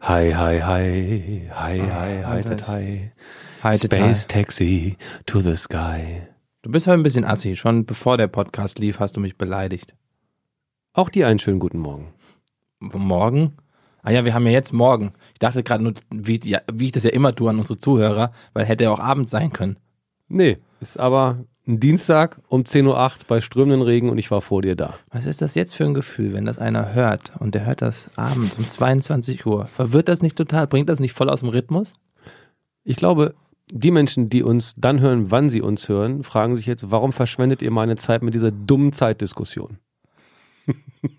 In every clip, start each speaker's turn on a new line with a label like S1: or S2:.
S1: Hi, hi, hi,
S2: Ah,
S1: hi, hi, hi,
S2: Alter,
S1: tat, hi,
S2: Hi,
S1: Space
S2: Space.
S1: Taxi to the sky.
S2: Du bist heute ein bisschen assi. Schon bevor der Podcast lief, hast du mich beleidigt.
S1: Auch dir einen schönen guten Morgen.
S2: Morgen? Ah ja, wir haben ja jetzt morgen. Ich dachte gerade nur, wie, ja, wie ich das ja immer tue an unsere Zuhörer, weil hätte ja auch Abend sein können.
S1: Nee, ist aber ein Dienstag um 10.08 Uhr bei strömenden Regen und ich war vor dir da.
S2: Was ist das jetzt für ein Gefühl, wenn das einer hört und der hört das abends um 22 Uhr? Verwirrt das nicht total? Bringt das nicht voll aus dem Rhythmus?
S1: Ich glaube, die Menschen, die uns dann hören, wann sie uns hören, fragen sich jetzt, warum verschwendet ihr meine Zeit mit dieser dummen Zeitdiskussion?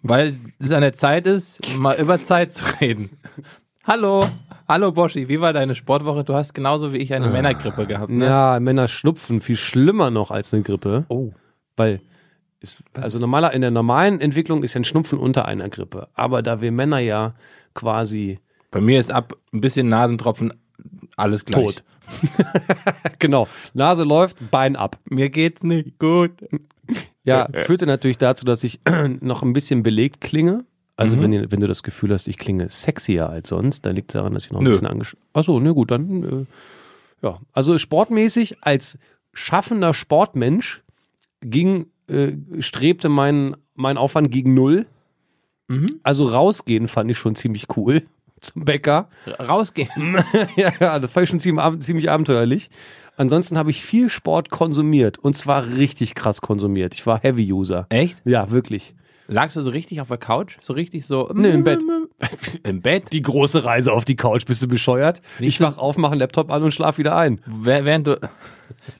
S2: Weil es an der Zeit ist, mal über Zeit zu reden. Hallo, hallo Boschi, wie war deine Sportwoche? Du hast genauso wie ich eine Männergrippe gehabt, ne?
S1: Ja, Männer schnupfen, viel schlimmer noch als eine Grippe.
S2: Oh.
S1: Weil ist, also normaler, in der normalen Entwicklung ist ja ein Schnupfen unter einer Grippe. Aber da wir Männer ja quasi
S2: Bei mir ist ab ein bisschen Nasentropfen alles gleich.
S1: Tot. genau, Nase läuft, Bein ab.
S2: Mir geht's nicht gut.
S1: Ja, führte natürlich dazu, dass ich noch ein bisschen belegt klinge. Also wenn, ihr, wenn du das Gefühl hast, ich klinge sexier als sonst, dann liegt es daran, dass ich noch ein
S2: Nö.
S1: bisschen angesch... Achso, ne gut, dann äh, ja. Also sportmäßig als schaffender Sportmensch ging, äh, strebte mein, mein Aufwand gegen null. Also rausgehen fand ich schon ziemlich cool zum Bäcker.
S2: Rausgehen.
S1: ja, ja, das fand ich schon ziemlich, ab- ziemlich abenteuerlich. Ansonsten habe ich viel Sport konsumiert und zwar richtig krass konsumiert. Ich war Heavy-User.
S2: Echt?
S1: Ja, wirklich.
S2: Lagst du so richtig auf der Couch? So richtig so.
S1: Nee, im Bett.
S2: Im Bett?
S1: Die große Reise auf die Couch, bist du bescheuert? ich wach auf, mache einen Laptop an und schlaf wieder ein.
S2: Wer- Während du.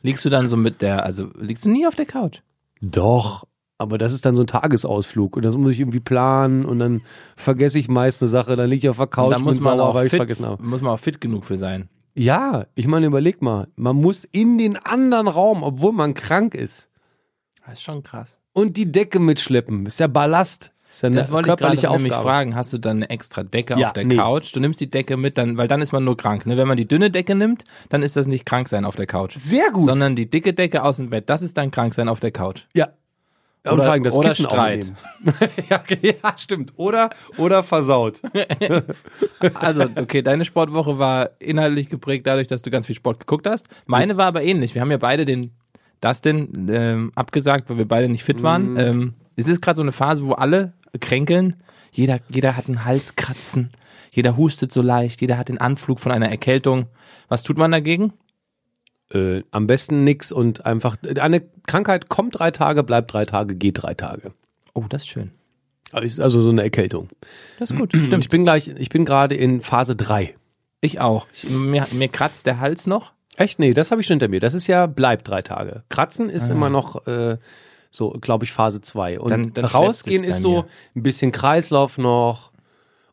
S2: Liegst du dann so mit der. Also liegst du nie auf der Couch?
S1: Doch, aber das ist dann so ein Tagesausflug und das muss ich irgendwie planen und dann vergesse ich meist eine Sache, dann liege ich auf der Couch
S2: da muss
S1: bin
S2: man,
S1: sauer,
S2: auch
S1: weil ich's
S2: fit,
S1: vergessen habe.
S2: muss man auch fit genug für sein.
S1: Ja, ich meine, überleg mal, man muss in den anderen Raum, obwohl man krank ist
S2: Das ist schon krass.
S1: und die Decke mitschleppen, ist ja Ballast. Ist ja eine
S2: Das wollte ich gerade
S1: körperliche
S2: nämlich
S1: Aufgabe.
S2: fragen. Hast du dann eine extra Decke
S1: Ja,
S2: auf der
S1: nee.
S2: Couch? Du nimmst die Decke mit, dann, weil dann ist man nur krank. Ne? Wenn man die dünne Decke nimmt, dann ist das nicht krank sein auf der Couch.
S1: Sehr gut.
S2: Sondern die dicke Decke aus dem Bett, das ist dann krank sein auf der Couch.
S1: ja. Oder,
S2: Oder-
S1: und sagen, das
S2: oder
S1: Kissen
S2: Streit.
S1: aufnehmen. ja, okay, ja, stimmt. Oder, oder versaut.
S2: Also, okay, deine Sportwoche war inhaltlich geprägt dadurch, dass du ganz viel Sport geguckt hast. Meine war aber ähnlich. Wir haben ja beide den Dustin ähm, abgesagt, weil wir beide nicht fit waren. Ähm, es ist gerade so eine Phase, wo alle kränkeln. Jeder, jeder hat einen Halskratzen. Jeder hustet so leicht. Jeder hat den Anflug von einer Erkältung. Was tut man dagegen?
S1: äh, am besten nix und einfach eine Krankheit kommt drei Tage, bleibt drei Tage, geht drei Tage.
S2: Oh, das ist schön.
S1: Ist also so eine Erkältung.
S2: Das ist gut.
S1: Und
S2: Stimmt.
S1: ich bin gleich, ich bin gerade in Phase 3.
S2: Ich auch. Ich, mir, mir kratzt der Hals noch.
S1: Echt? Nee, das habe ich schon hinter mir. Das ist ja, bleibt drei Tage. Kratzen ist immer noch äh, so, glaube ich, Phase 2. Und
S2: Ah. Dann- dann
S1: rausgehen
S2: schleppt es
S1: ist
S2: bei
S1: so
S2: mir.
S1: ein bisschen Kreislauf noch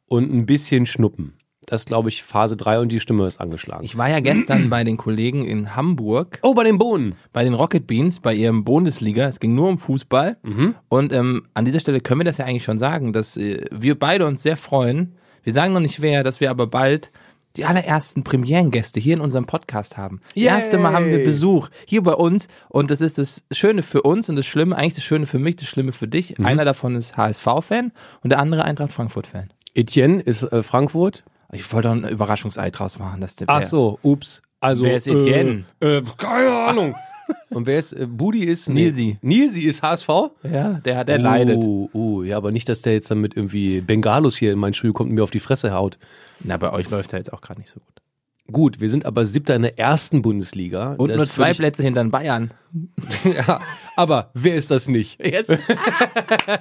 S1: und ein bisschen Schnuppen. Das glaube ich Phase 3 und die Stimme ist angeschlagen.
S2: Ich war ja gestern bei den Kollegen in Hamburg
S1: oh, bei den Bohnen.
S2: bei den Rocket Beans, bei ihrem Bundesliga. Es ging nur um Fußball.
S1: Mhm.
S2: Und ähm, an dieser Stelle können wir das ja eigentlich schon sagen, dass äh, wir beide uns sehr freuen. Wir sagen noch nicht wer, dass wir aber bald die allerersten Premierengäste hier in unserem Podcast haben. Das
S1: Yay!
S2: erste Mal haben wir Besuch hier bei uns und das ist das Schöne für uns und das Schlimme, eigentlich das Schöne für mich, das Schlimme für dich.
S1: Mhm.
S2: Einer davon ist HSV-Fan und der andere Eintracht Frankfurt-Fan.
S1: Etienne ist äh, Frankfurt.
S2: Ich wollte doch ein Überraschungsei draus machen, dass der
S1: Ach so, ups. Also,
S2: Wer ist Etienne?
S1: Äh, äh, keine Ahnung. Und wer ist, äh, Budi ist?
S2: Nilsi.
S1: Nilsi ist HSV?
S2: ja, der, der leidet.
S1: Uh, uh, ja, aber nicht, dass der jetzt dann mit irgendwie Bengalos hier in meinen Stuhl kommt und mir auf die Fresse haut.
S2: Na, bei euch läuft er jetzt auch gerade nicht so gut.
S1: Gut, wir sind aber Siebter in der ersten Bundesliga.
S2: Und
S1: Das
S2: nur
S1: ist
S2: zwei
S1: völlig-
S2: Plätze hinter den Bayern.
S1: ja, aber wer ist das nicht?
S2: Yes.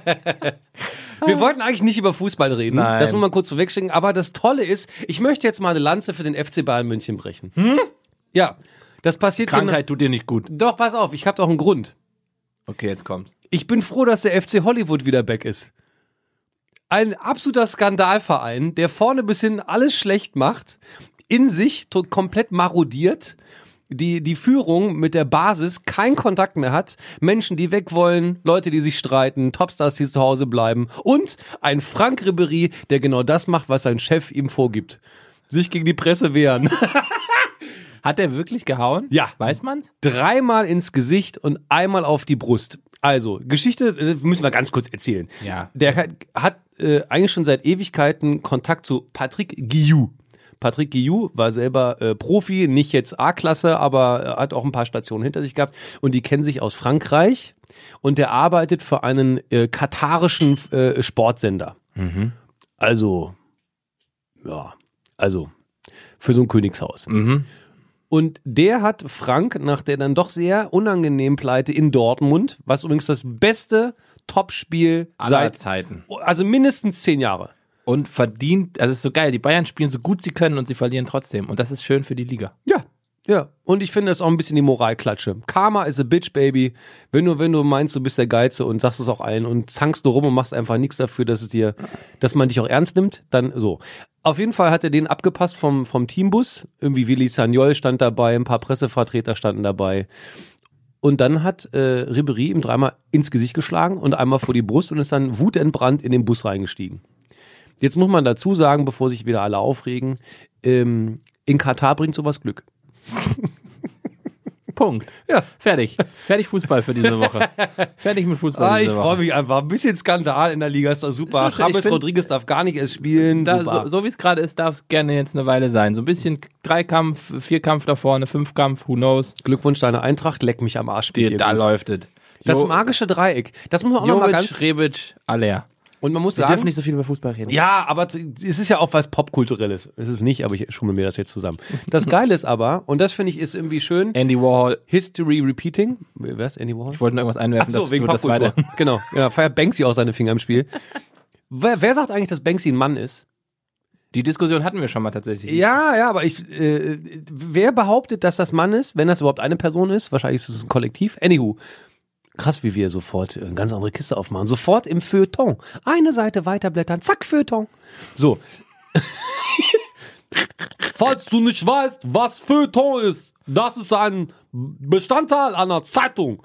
S1: Wir wollten eigentlich nicht über Fußball reden.
S2: Nein.
S1: Das muss man kurz vorwegschicken. Aber das Tolle ist, ich möchte jetzt mal eine Lanze für den FC Bayern München brechen. Hm? Ja, das passiert.
S2: Krankheit tut dir nicht gut.
S1: genau- Doch, pass auf, ich habe doch einen Grund.
S2: Okay, jetzt kommt.
S1: Ich bin froh, dass der FC Hollywood wieder back ist. Ein absoluter Skandalverein, der vorne bis hin alles schlecht macht, in sich to- komplett marodiert, die, die Führung mit der Basis keinen Kontakt mehr hat, Menschen, die weg wollen, Leute, die sich streiten, Topstars, die zu Hause bleiben und ein Frank Ribery, der genau das macht, was sein Chef ihm vorgibt. Sich gegen die Presse wehren.
S2: Hat er wirklich gehauen?
S1: Ja.
S2: Weiß man's?
S1: Dreimal ins Gesicht und einmal auf die Brust. Also, Geschichte äh, müssen wir ganz kurz erzählen.
S2: Ja.
S1: Der hat, hat äh, eigentlich schon seit Ewigkeiten Kontakt zu Patrick Guillou. Patrick Guillou war selber äh, Profi, nicht jetzt A-Klasse, aber äh, hat auch ein paar Stationen hinter sich gehabt. Und die kennen sich aus Frankreich. Und der arbeitet für einen äh, katarischen äh, Sportsender. Also, ja, also für so ein Königshaus. Und der hat Frank nach der dann doch sehr unangenehmen Pleite in Dortmund, was übrigens das beste Topspiel
S2: Aller
S1: seit,
S2: Zeiten.
S1: also mindestens zehn Jahre.
S2: Und verdient, also es ist so geil, die Bayern spielen so gut sie können und sie verlieren trotzdem. Und das ist schön für die Liga.
S1: Ja. Ja, und ich finde das auch ein bisschen die Moralklatsche. Karma is a bitch, baby. Wenn du, wenn du meinst, du bist der Geize und sagst es auch allen und zankst du rum und machst einfach nichts dafür, dass es dir, dass man dich auch ernst nimmt, dann so. Auf jeden Fall hat er den abgepasst vom, vom Teambus. Irgendwie Willi Sagnol stand dabei, ein paar Pressevertreter standen dabei. Und dann hat äh, Ribery ihm dreimal ins Gesicht geschlagen und einmal vor die Brust und ist dann wutentbrannt in den Bus reingestiegen. Jetzt muss man dazu sagen, bevor sich wieder alle aufregen, ähm, in Katar bringt sowas Glück.
S2: Punkt.
S1: Ja.
S2: Fertig. Fertig Fußball für diese Woche. Fertig mit Fußball
S1: Ah, ich
S2: diese
S1: freue
S2: Woche.
S1: mich einfach. Ein bisschen Skandal in der Liga ist doch super.
S2: Ist so schön. Ich
S1: James
S2: find-
S1: Rodriguez darf gar nicht erst spielen.
S2: Da,
S1: super.
S2: so so wie es gerade ist, darf es gerne jetzt eine Weile sein. So ein bisschen Dreikampf, Vierkampf da vorne, Fünfkampf, who knows.
S1: Glückwunsch deine Eintracht, leck mich am Arsch. spielt ihr
S2: da
S1: gut.
S2: läuft es.
S1: das
S2: Jo-
S1: magische Dreieck. Das muss man auch noch mal
S2: Jovic,
S1: ganz
S2: Rebic, Aller.
S1: und man muss
S2: Wir dürfen
S1: sagen,
S2: nicht so viel über Fußball reden.
S1: ja, aber t- es ist ja auch was popkulturelles. Es ist nicht, aber ich schummel mir das jetzt zusammen. Das Geile ist aber und das finde ich ist irgendwie schön.
S2: Andy Warhol.
S1: History repeating. Wer ist Andy Warhol?
S2: Ich wollte noch irgendwas einwerfen,
S1: Achso,
S2: das
S1: wegen
S2: tut das
S1: Popkultur.
S2: weiter.
S1: Genau. Ja, feiert Banksy auch seine Finger im Spiel. Wer, wer sagt eigentlich, dass Banksy ein Mann ist?
S2: Die Diskussion hatten wir schon mal tatsächlich.
S1: Ja, ja, aber ich, äh, wer behauptet, dass das Mann ist, wenn das überhaupt eine Person ist? Wahrscheinlich ist es ein Kollektiv. Anywho, krass, wie wir sofort eine ganz andere Kiste aufmachen. Sofort im Feuilleton. Eine Seite weiterblättern, zack, Feuilleton. So. Falls du nicht weißt, was Feuilleton ist, das ist ein Bestandteil einer Zeitung.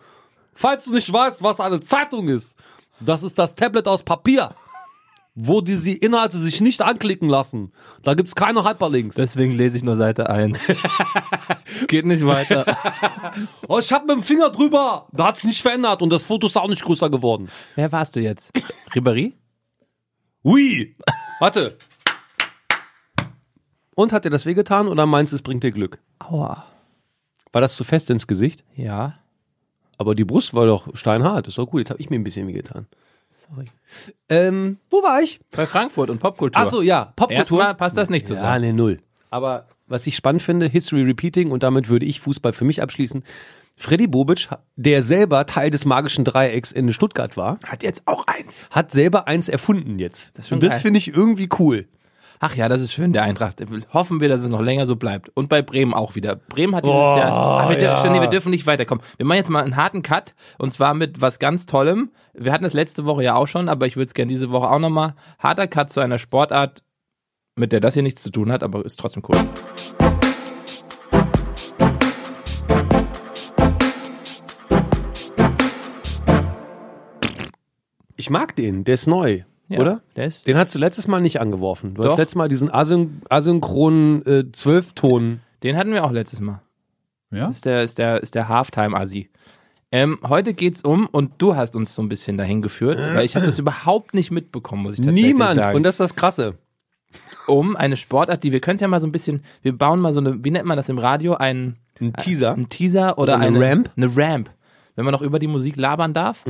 S1: Falls du nicht weißt, was eine Zeitung ist, das ist das Tablet aus Papier, wo die sie Inhalte sich nicht anklicken lassen. Da gibt's keine Hyperlinks.
S2: Deswegen lese ich nur Seite 1. Geht nicht weiter.
S1: Oh, ich hab mit dem Finger drüber. Da hat's nicht verändert und das Foto ist auch nicht größer geworden.
S2: Wer warst du jetzt? Ribéry?
S1: Ui! Warte. Und hat dir das wehgetan oder meinst du, es bringt dir Glück?
S2: Aua.
S1: War das zu fest ins Gesicht?
S2: Ja,
S1: Aber die Brust war doch steinhart. Ist doch gut. Jetzt habe ich mir ein bisschen wehgetan.
S2: sorry.
S1: Ähm, wo war ich?
S2: Bei Frankfurt und Popkultur.
S1: Achso, ja.
S2: Erstmal
S1: Popkultur.
S2: passt das nicht
S1: Ja,
S2: zusammen.
S1: ne, null. Aber was ich spannend finde, History Repeating und damit würde ich Fußball für mich abschließen. Freddy Bobic, der selber Teil des magischen Dreiecks in Stuttgart war,
S2: Hat jetzt auch eins.
S1: hat selber eins erfunden jetzt.
S2: ist schon
S1: und das
S2: geil.
S1: finde ich irgendwie cool.
S2: Ach ja, das ist schön, der Eintracht. Hoffen wir, dass es noch länger so bleibt. Und bei Bremen auch wieder. Bremen hat dieses
S1: Oh,
S2: Jahr. Ach, wir,
S1: ja.
S2: nee, wir dürfen nicht weiterkommen. Wir machen jetzt mal einen harten Cut. Und zwar mit was ganz Tollem. Wir hatten das letzte Woche ja auch schon, aber ich würde es gerne diese Woche auch nochmal. Harter Cut zu einer Sportart, mit der das hier nichts zu tun hat, aber ist trotzdem cool.
S1: Ich mag den, der ist neu,
S2: Ja,
S1: oder?
S2: Der ist
S1: Den hast du letztes Mal nicht angeworfen. Du hast
S2: Doch.
S1: letztes Mal diesen asyn asynchronen äh, Zwölfton.
S2: Den hatten wir auch letztes Mal.
S3: Ja?
S2: Ist der, ist der, ist der Halftime-Asi. Ähm, heute geht's um, und du hast uns so ein bisschen dahin geführt, weil ich habe das überhaupt nicht mitbekommen, muss ich tatsächlich
S1: Äh. Niemand.
S2: sagen.
S1: Und das ist das Krasse.
S2: um eine Sportart, die wir können es ja mal so ein bisschen, wir bauen mal so eine, wie nennt man das im Radio, einen,
S1: Äh, Ein Teaser.
S2: einen Teaser oder
S1: Oder Also eine Ramp? Mhm.
S2: Eine Ramp. Wenn man noch über die Musik labern darf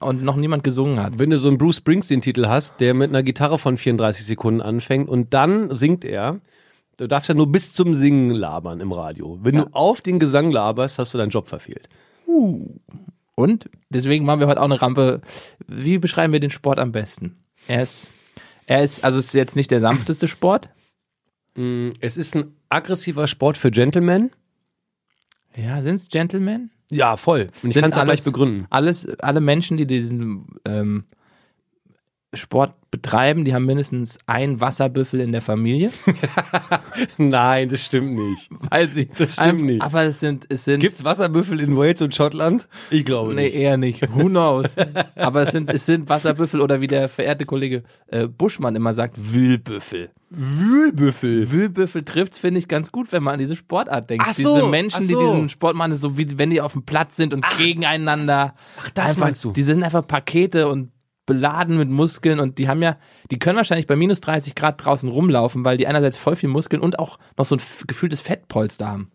S2: und noch niemand gesungen hat.
S1: Wenn du so einen Bruce Springsteen-Titel hast, der mit einer Gitarre von 34 Sekunden anfängt und dann singt er, du darfst ja nur bis zum Singen labern im Radio. Wenn du auf den Gesang laberst, hast du deinen Job verfehlt.
S2: Und deswegen machen wir heute auch eine Rampe. Wie beschreiben wir den Sport am besten? Er ist, er ist, also es ist jetzt nicht der sanfteste Sport.
S1: Es ist ein aggressiver Sport für Gentlemen.
S2: Ja, sind's Gentlemen?
S1: Ja, voll. Und ich
S2: Sind
S1: kann es auch
S2: alles-
S1: gleich begründen.
S2: Alles, alle Menschen, die diesen ähm, Sport betreiben, die haben mindestens einen Wasserbüffel in der Familie.
S1: Nein, das stimmt nicht.
S2: Weil sie
S1: Das stimmt
S2: Einf-
S1: nicht.
S2: Aber es sind, es sind
S1: Gibt's Wasserbüffel in Wales und Schottland? Ich glaube
S2: Nee,
S1: nicht.
S2: eher nicht. Who knows? Aber es sind, es sind Wasserbüffel oder wie der verehrte Kollege äh, Buschmann immer sagt, Wühlbüffel.
S1: Wühlbüffel.
S2: Wühlbüffel trifft's, finde ich, ganz gut, wenn man an diese Sportart denkt.
S1: Ach so,
S2: diese Menschen,
S1: ach so.
S2: die diesen Sport machen, ist so wie wenn die auf dem Platz sind und gegeneinander. Ach,
S1: das
S2: einfach,
S1: meinst du.
S2: Die sind einfach Pakete und beladen mit Muskeln und die haben ja, die können wahrscheinlich bei minus 30 Grad draußen rumlaufen, weil die einerseits voll viel Muskeln und auch noch so ein f- gefühltes Fettpolster haben.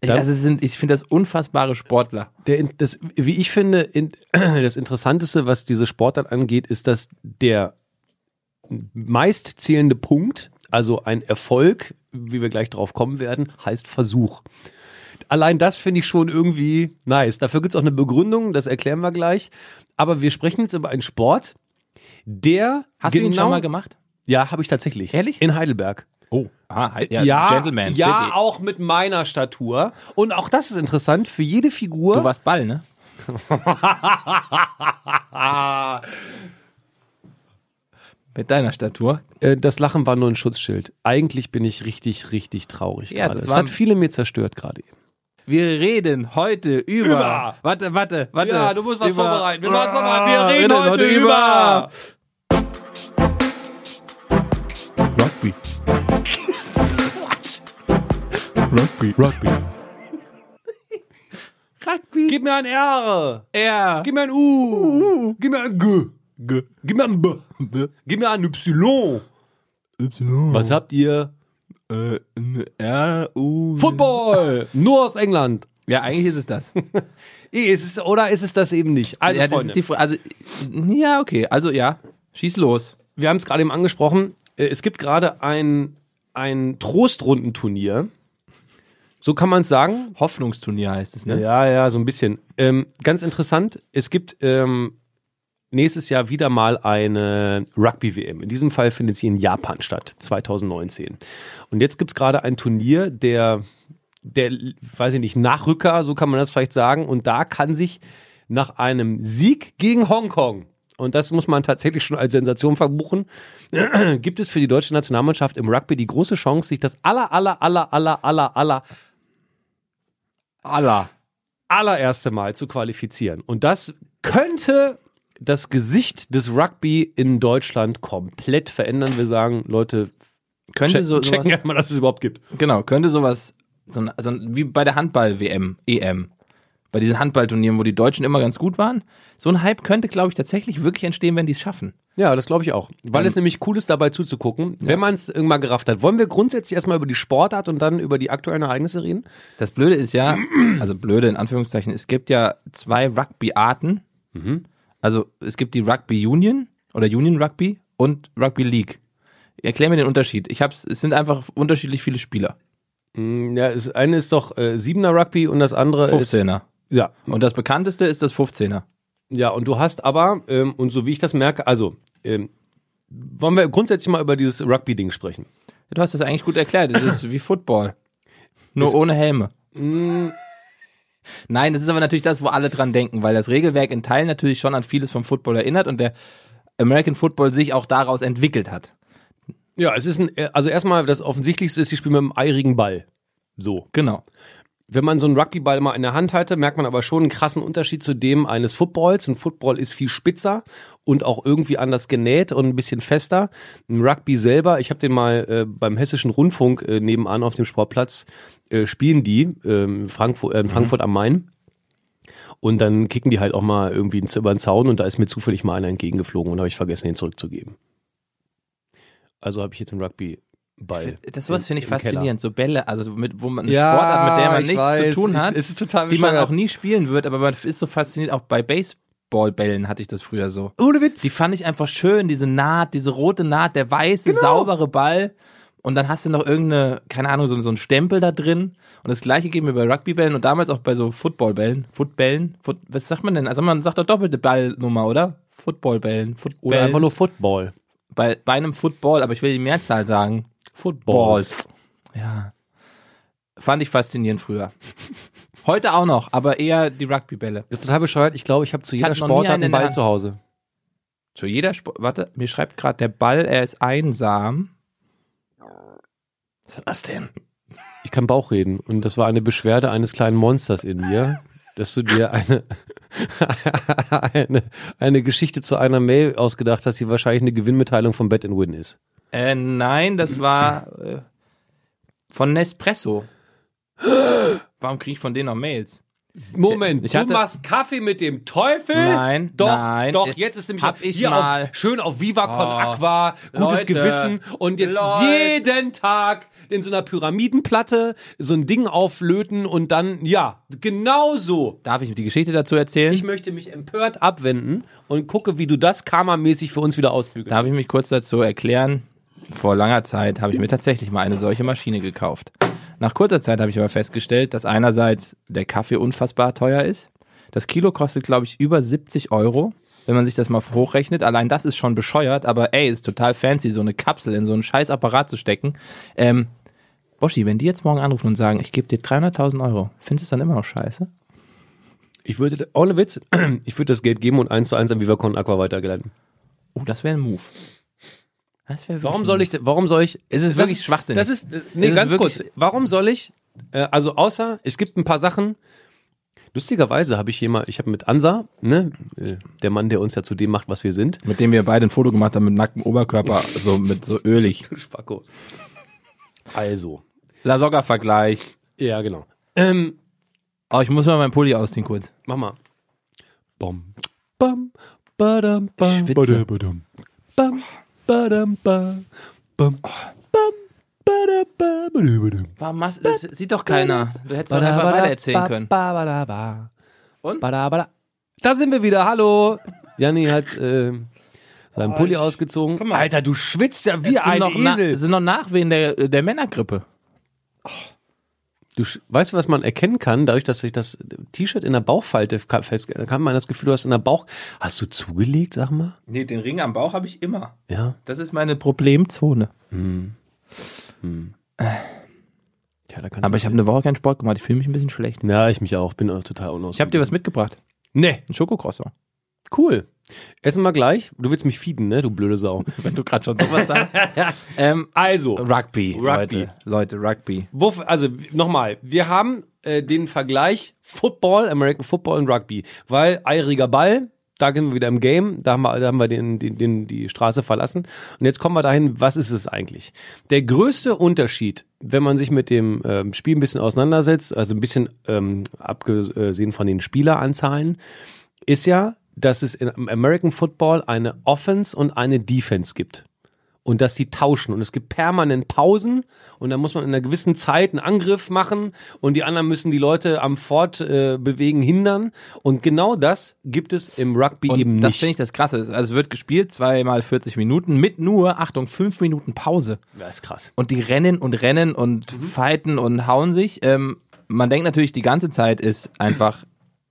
S2: Ich,
S1: Dann-
S2: also es sind, ich finde das unfassbare Sportler.
S1: Der, in- das, wie ich finde, in, das Interessanteste, was diese Sportart angeht, ist, dass der meistzählende Punkt, also ein Erfolg, wie wir gleich drauf kommen werden, heißt Versuch. Allein das finde ich schon irgendwie nice. Dafür gibt es auch eine Begründung, das erklären wir gleich. Aber wir sprechen jetzt über einen Sport, der
S2: Hast
S1: genau,
S2: du ihn schon mal gemacht?
S1: Ja, habe ich tatsächlich.
S2: Ehrlich?
S1: In Heidelberg.
S2: Oh, ah, ja, Gentleman
S1: ja
S2: City.
S1: auch mit meiner Statur. Und auch das ist interessant. Für jede Figur
S2: Du warst Ball, ne? Mit deiner Statur.
S1: Äh, das Lachen war nur ein Schutzschild. Eigentlich bin ich richtig, richtig traurig
S2: Ja,
S1: gerade.
S2: das
S1: Das
S2: war-
S1: hat viele mir zerstört gerade eben.
S2: Wir reden heute über.
S1: Über.
S2: Warte, warte, warte. Über-
S1: machen's nochmal.
S2: Ah, Rugby. Rugby, Rugby. Rugby.
S1: Gib mir ein R.
S2: er.
S1: Gib mir ein U. Gib mir ein G. G. Gib mir ein B. Gib mir ein Y.
S2: Y.
S1: Was habt ihr?
S2: Äh, R, U.
S1: Football. Nur aus England.
S2: Ja, eigentlich ist es das.
S1: Eh, Ist es, oder ist es das eben nicht? Also,
S2: ja, das
S1: Freunde.
S2: ist die Fra- Also, ja, okay. Also, ja. Schieß los.
S1: wir haben es gerade eben angesprochen, äh, es gibt gerade ein, ein Trostrundenturnier. So kann man es sagen.
S2: Hoffnungsturnier heißt es, ne?
S1: Ja, ja, so ein bisschen. Ähm, ganz interessant, es gibt ähm, nächstes Jahr wieder mal eine Rugby-WM. In diesem Fall findet sie in Japan statt, 2019. Und jetzt gibt es gerade ein Turnier der, der, weiß ich nicht, Nachrücker, so kann man das vielleicht sagen. Und da kann sich nach einem Sieg gegen Hongkong, und das muss man tatsächlich schon als Sensation verbuchen, gibt es für die deutsche Nationalmannschaft im Rugby die große Chance, sich das aller, aller, aller, aller, aller, aller
S2: Allah.
S1: allererste Mal zu qualifizieren. Und das könnte das Gesicht des Rugby in Deutschland komplett verändern. Wir sagen, Leute,
S2: Könnte
S1: che
S2: so,
S1: checken
S2: sowas,
S1: erstmal, dass es überhaupt gibt.
S2: genau, könnte sowas, so, ein- so ein- wie bei der Handball-WM, EM, bei diesen Handballturnieren, wo die Deutschen immer ganz gut waren, so ein Hype könnte, glaube ich, tatsächlich wirklich entstehen, wenn die es schaffen.
S1: Ja, das glaube ich auch. Weil es nämlich cool ist, dabei zuzugucken, wenn man es irgendwann gerafft hat. Wollen wir grundsätzlich erstmal über die Sportart und dann über die aktuellen Ereignisse reden?
S2: Das Blöde ist ja, also blöde in Anführungszeichen, es gibt ja zwei Rugby-Arten. Also es gibt die Rugby Union oder Union Rugby und Rugby League. Erklär mir den Unterschied. Ich hab's, es sind einfach unterschiedlich viele Spieler.
S1: Ja, das eine ist doch äh, Siebener Rugby und das andere
S2: 15er.
S1: ist. Ja,
S2: Und das bekannteste ist das 15er.
S1: Ja, und du hast aber, ähm, und so wie ich das merke, also ähm, wollen wir grundsätzlich mal über dieses Rugby-Ding sprechen.
S2: Du hast das eigentlich gut erklärt. Es ist wie Football. Nur ohne Helme.
S1: Mm.
S2: Nein, das ist aber natürlich das, wo alle dran denken, weil das Regelwerk in Teilen natürlich schon an vieles vom Football erinnert und der American Football sich auch daraus entwickelt hat.
S1: Ja, es ist ein, äh, also erstmal das Offensichtlichste ist, sie spielen mit einem eirigen Ball. So.
S2: Genau.
S1: Wenn man so einen Rugbyball mal in der Hand hatte, merkt man aber schon einen krassen Unterschied zu dem eines Footballs. Ein Football ist viel spitzer und auch irgendwie anders genäht und ein bisschen fester. Ein Rugby selber, ich habe den mal äh, beim Hessischen Rundfunk äh, nebenan auf dem Sportplatz äh, spielen die, ähm, Frankfurt, äh, in Frankfurt am Main. Und dann kicken die halt auch mal irgendwie ins- über den Zaun und da ist mir zufällig mal einer entgegengeflogen und habe ich vergessen, ihn zurückzugeben. Also habe ich jetzt einen Rugbyball.
S2: Das sowas finde ich
S1: im Keller.
S2: faszinierend. So Bälle, also mit, wo man eine
S1: Ja,
S2: Sportart, mit der man
S1: ich
S2: nichts
S1: weiß.
S2: zu tun
S1: Ich-
S2: hat,
S1: es ist total
S2: die man
S1: bescheuert.
S2: auch nie spielen wird, aber man ist so fasziniert. Auch bei Baseballbällen hatte ich das früher so.
S1: Ohne Witz.
S2: Die fand ich einfach schön, diese Naht, diese rote Naht, der weiße,
S1: Genau.
S2: saubere Ball. Und dann hast du noch irgendeine, keine Ahnung, so, so einen Stempel da drin. Und das gleiche geht mir bei Rugbybällen und damals auch bei so Footballbällen. Footbällen? Foot, was sagt man denn? Also man sagt doch doppelte Ballnummer, oder? Footballbällen. Footbällen.
S1: Oder einfach nur Football.
S2: bei, bei einem Football, aber ich will die Mehrzahl sagen.
S1: Footballs.
S2: Ja. Fand ich faszinierend früher. Heute auch noch, aber eher die Rugbybälle.
S1: Das ist total bescheuert. Ich glaube, ich habe zu jeder
S2: hatte noch nie
S1: Sportart
S2: einen in
S1: einen
S2: der
S1: Ball
S2: Hand.
S1: zu Hause.
S2: Zu jeder Sport. Warte, mir schreibt gerade der Ball, er ist einsam. Was ist das denn?
S1: Ich kann Bauch reden und das war eine Beschwerde eines kleinen Monsters in mir, dass du dir eine, eine, eine Geschichte zu einer Mail ausgedacht hast, die wahrscheinlich eine Gewinnmitteilung von Bet Win ist.
S2: Äh, nein, das war äh, von Nespresso. Warum kriege ich von denen noch Mails?
S1: Moment,
S2: Ich hatte-
S1: du machst Kaffee mit dem Teufel?
S2: Nein,
S1: doch,
S2: nein.
S1: doch, jetzt ist nämlich
S2: Hab ich
S1: hier
S2: mal.
S1: auf, schön auf Viva Con
S2: Oh,
S1: Aqua, gutes
S2: Leute,
S1: Gewissen und jetzt
S2: Leute.
S1: jeden Tag in so einer Pyramidenplatte so ein Ding auflöten und dann, ja, genau so.
S2: Darf ich die Geschichte dazu erzählen?
S1: Ich möchte mich empört abwenden und gucke, wie du das karmamäßig für uns wieder ausbügelst.
S2: Darf ich mich kurz dazu erklären? Vor langer Zeit habe ich mir tatsächlich mal eine solche Maschine gekauft. Nach kurzer Zeit habe ich aber festgestellt, dass einerseits der Kaffee unfassbar teuer ist. Das Kilo kostet, glaube ich, über 70 Euro, wenn man sich das mal hochrechnet. Allein das ist schon bescheuert, aber ey, ist total fancy, so eine Kapsel in so einen scheiß Apparat zu stecken. Ähm, Boschi, wenn die jetzt morgen anrufen und sagen, ich gebe dir 300.000 Euro, findest du es dann immer noch scheiße?
S1: Ich würde, ohne Witz, ich würde das Geld geben und eins zu eins an Viva Con Aqua weitergeleiten.
S2: Oh, das wäre ein Move. Das wär
S1: Warum soll ich, warum soll ich,
S2: Es ist wirklich schwachsinnig.
S1: Das ist, äh, nee,
S2: Es ist
S1: ganz
S2: wirklich-
S1: kurz. Warum soll ich, äh, also außer, es gibt ein paar Sachen, lustigerweise habe ich jemand, ich habe mit Ansa, ne, äh, der Mann, der uns ja zu dem macht, was wir sind,
S2: Mit dem wir beide ein Foto gemacht haben mit nacktem Oberkörper, so mit so ölig.
S1: Spacko. Also.
S2: Lasogga-Vergleich.
S1: Ja, genau. Ähm,
S2: Oh, ich muss mal meinen Pulli ausziehen kurz.
S1: Mach mal. Bom, bam, badam, bam,
S2: Ich
S1: badam,
S2: schwitze.
S1: badam. Bam, badam, bam, bam, bam, badam, bam, badam, badam.
S2: Warum machst das sieht doch keiner. Du hättest doch einfach weiter erzählen
S1: ba,
S2: können.
S1: Ba, ba, ba.
S2: Und?
S1: Bada, bada. Da sind wir wieder, hallo. Janni hat äh, seinen
S2: Oh,
S1: Pulli ausgezogen.
S2: guck mal.
S1: Alter, du schwitzt ja wie
S2: Es sind,
S1: ein
S2: noch na,
S1: Esel.
S2: es sind noch Nachwehen der, der Männergrippe.
S1: Du, sch- weißt du, was man erkennen kann, dadurch, dass sich das T-Shirt in der Bauchfalte ka- fest, dann kann man das Gefühl, du hast in der Bauch, hast du zugelegt, sag mal?
S2: Nee, den Ring am Bauch habe ich immer.
S1: Ja.
S2: Das ist meine Problemzone.
S1: Ja, da kannst
S2: Aber
S1: du-
S2: ich habe eine Woche keinen Sport gemacht. Ich fühle mich ein bisschen schlecht.
S1: Ja, ich mich auch. Bin auch total unaus.
S2: Ich habe dir was mitgebracht.
S1: Nee.
S2: Ein Schokocroissant.
S1: Cool. Essen wir gleich. Du willst mich feeden, ne? Du blöde Sau.
S2: Wenn du gerade schon sowas sagst. ähm,
S1: Also,
S2: Rugby,
S1: Rugby.
S2: Leute. Leute, Rugby.
S1: wo, also nochmal. Wir haben äh, den Vergleich Football, American Football und Rugby. Weil eiriger Ball, da sind wir wieder im Game. Da haben wir, da haben wir den, den, den, die Straße verlassen. Und jetzt kommen wir dahin, was ist es eigentlich? Der größte Unterschied, wenn man sich mit dem ähm, Spiel ein bisschen auseinandersetzt, also ein bisschen ähm, abgesehen von den Spieleranzahlen, ist ja, dass es im American Football eine Offense und eine Defense gibt. Und dass sie tauschen. Und es gibt permanent Pausen. Und dann muss man in einer gewissen Zeit einen Angriff machen. Und die anderen müssen die Leute am Fortbewegen äh, bewegen hindern. Und genau das gibt es im Rugby
S2: Und
S1: eben
S2: das
S1: nicht.
S2: finde ich das Krasse. Also es wird gespielt, zweimal 40 Minuten mit nur, Achtung, fünf Minuten Pause. Mhm.
S1: das ist krass.
S2: Und die rennen und rennen und fighten und hauen sich. Ähm, man denkt natürlich, die ganze Zeit ist einfach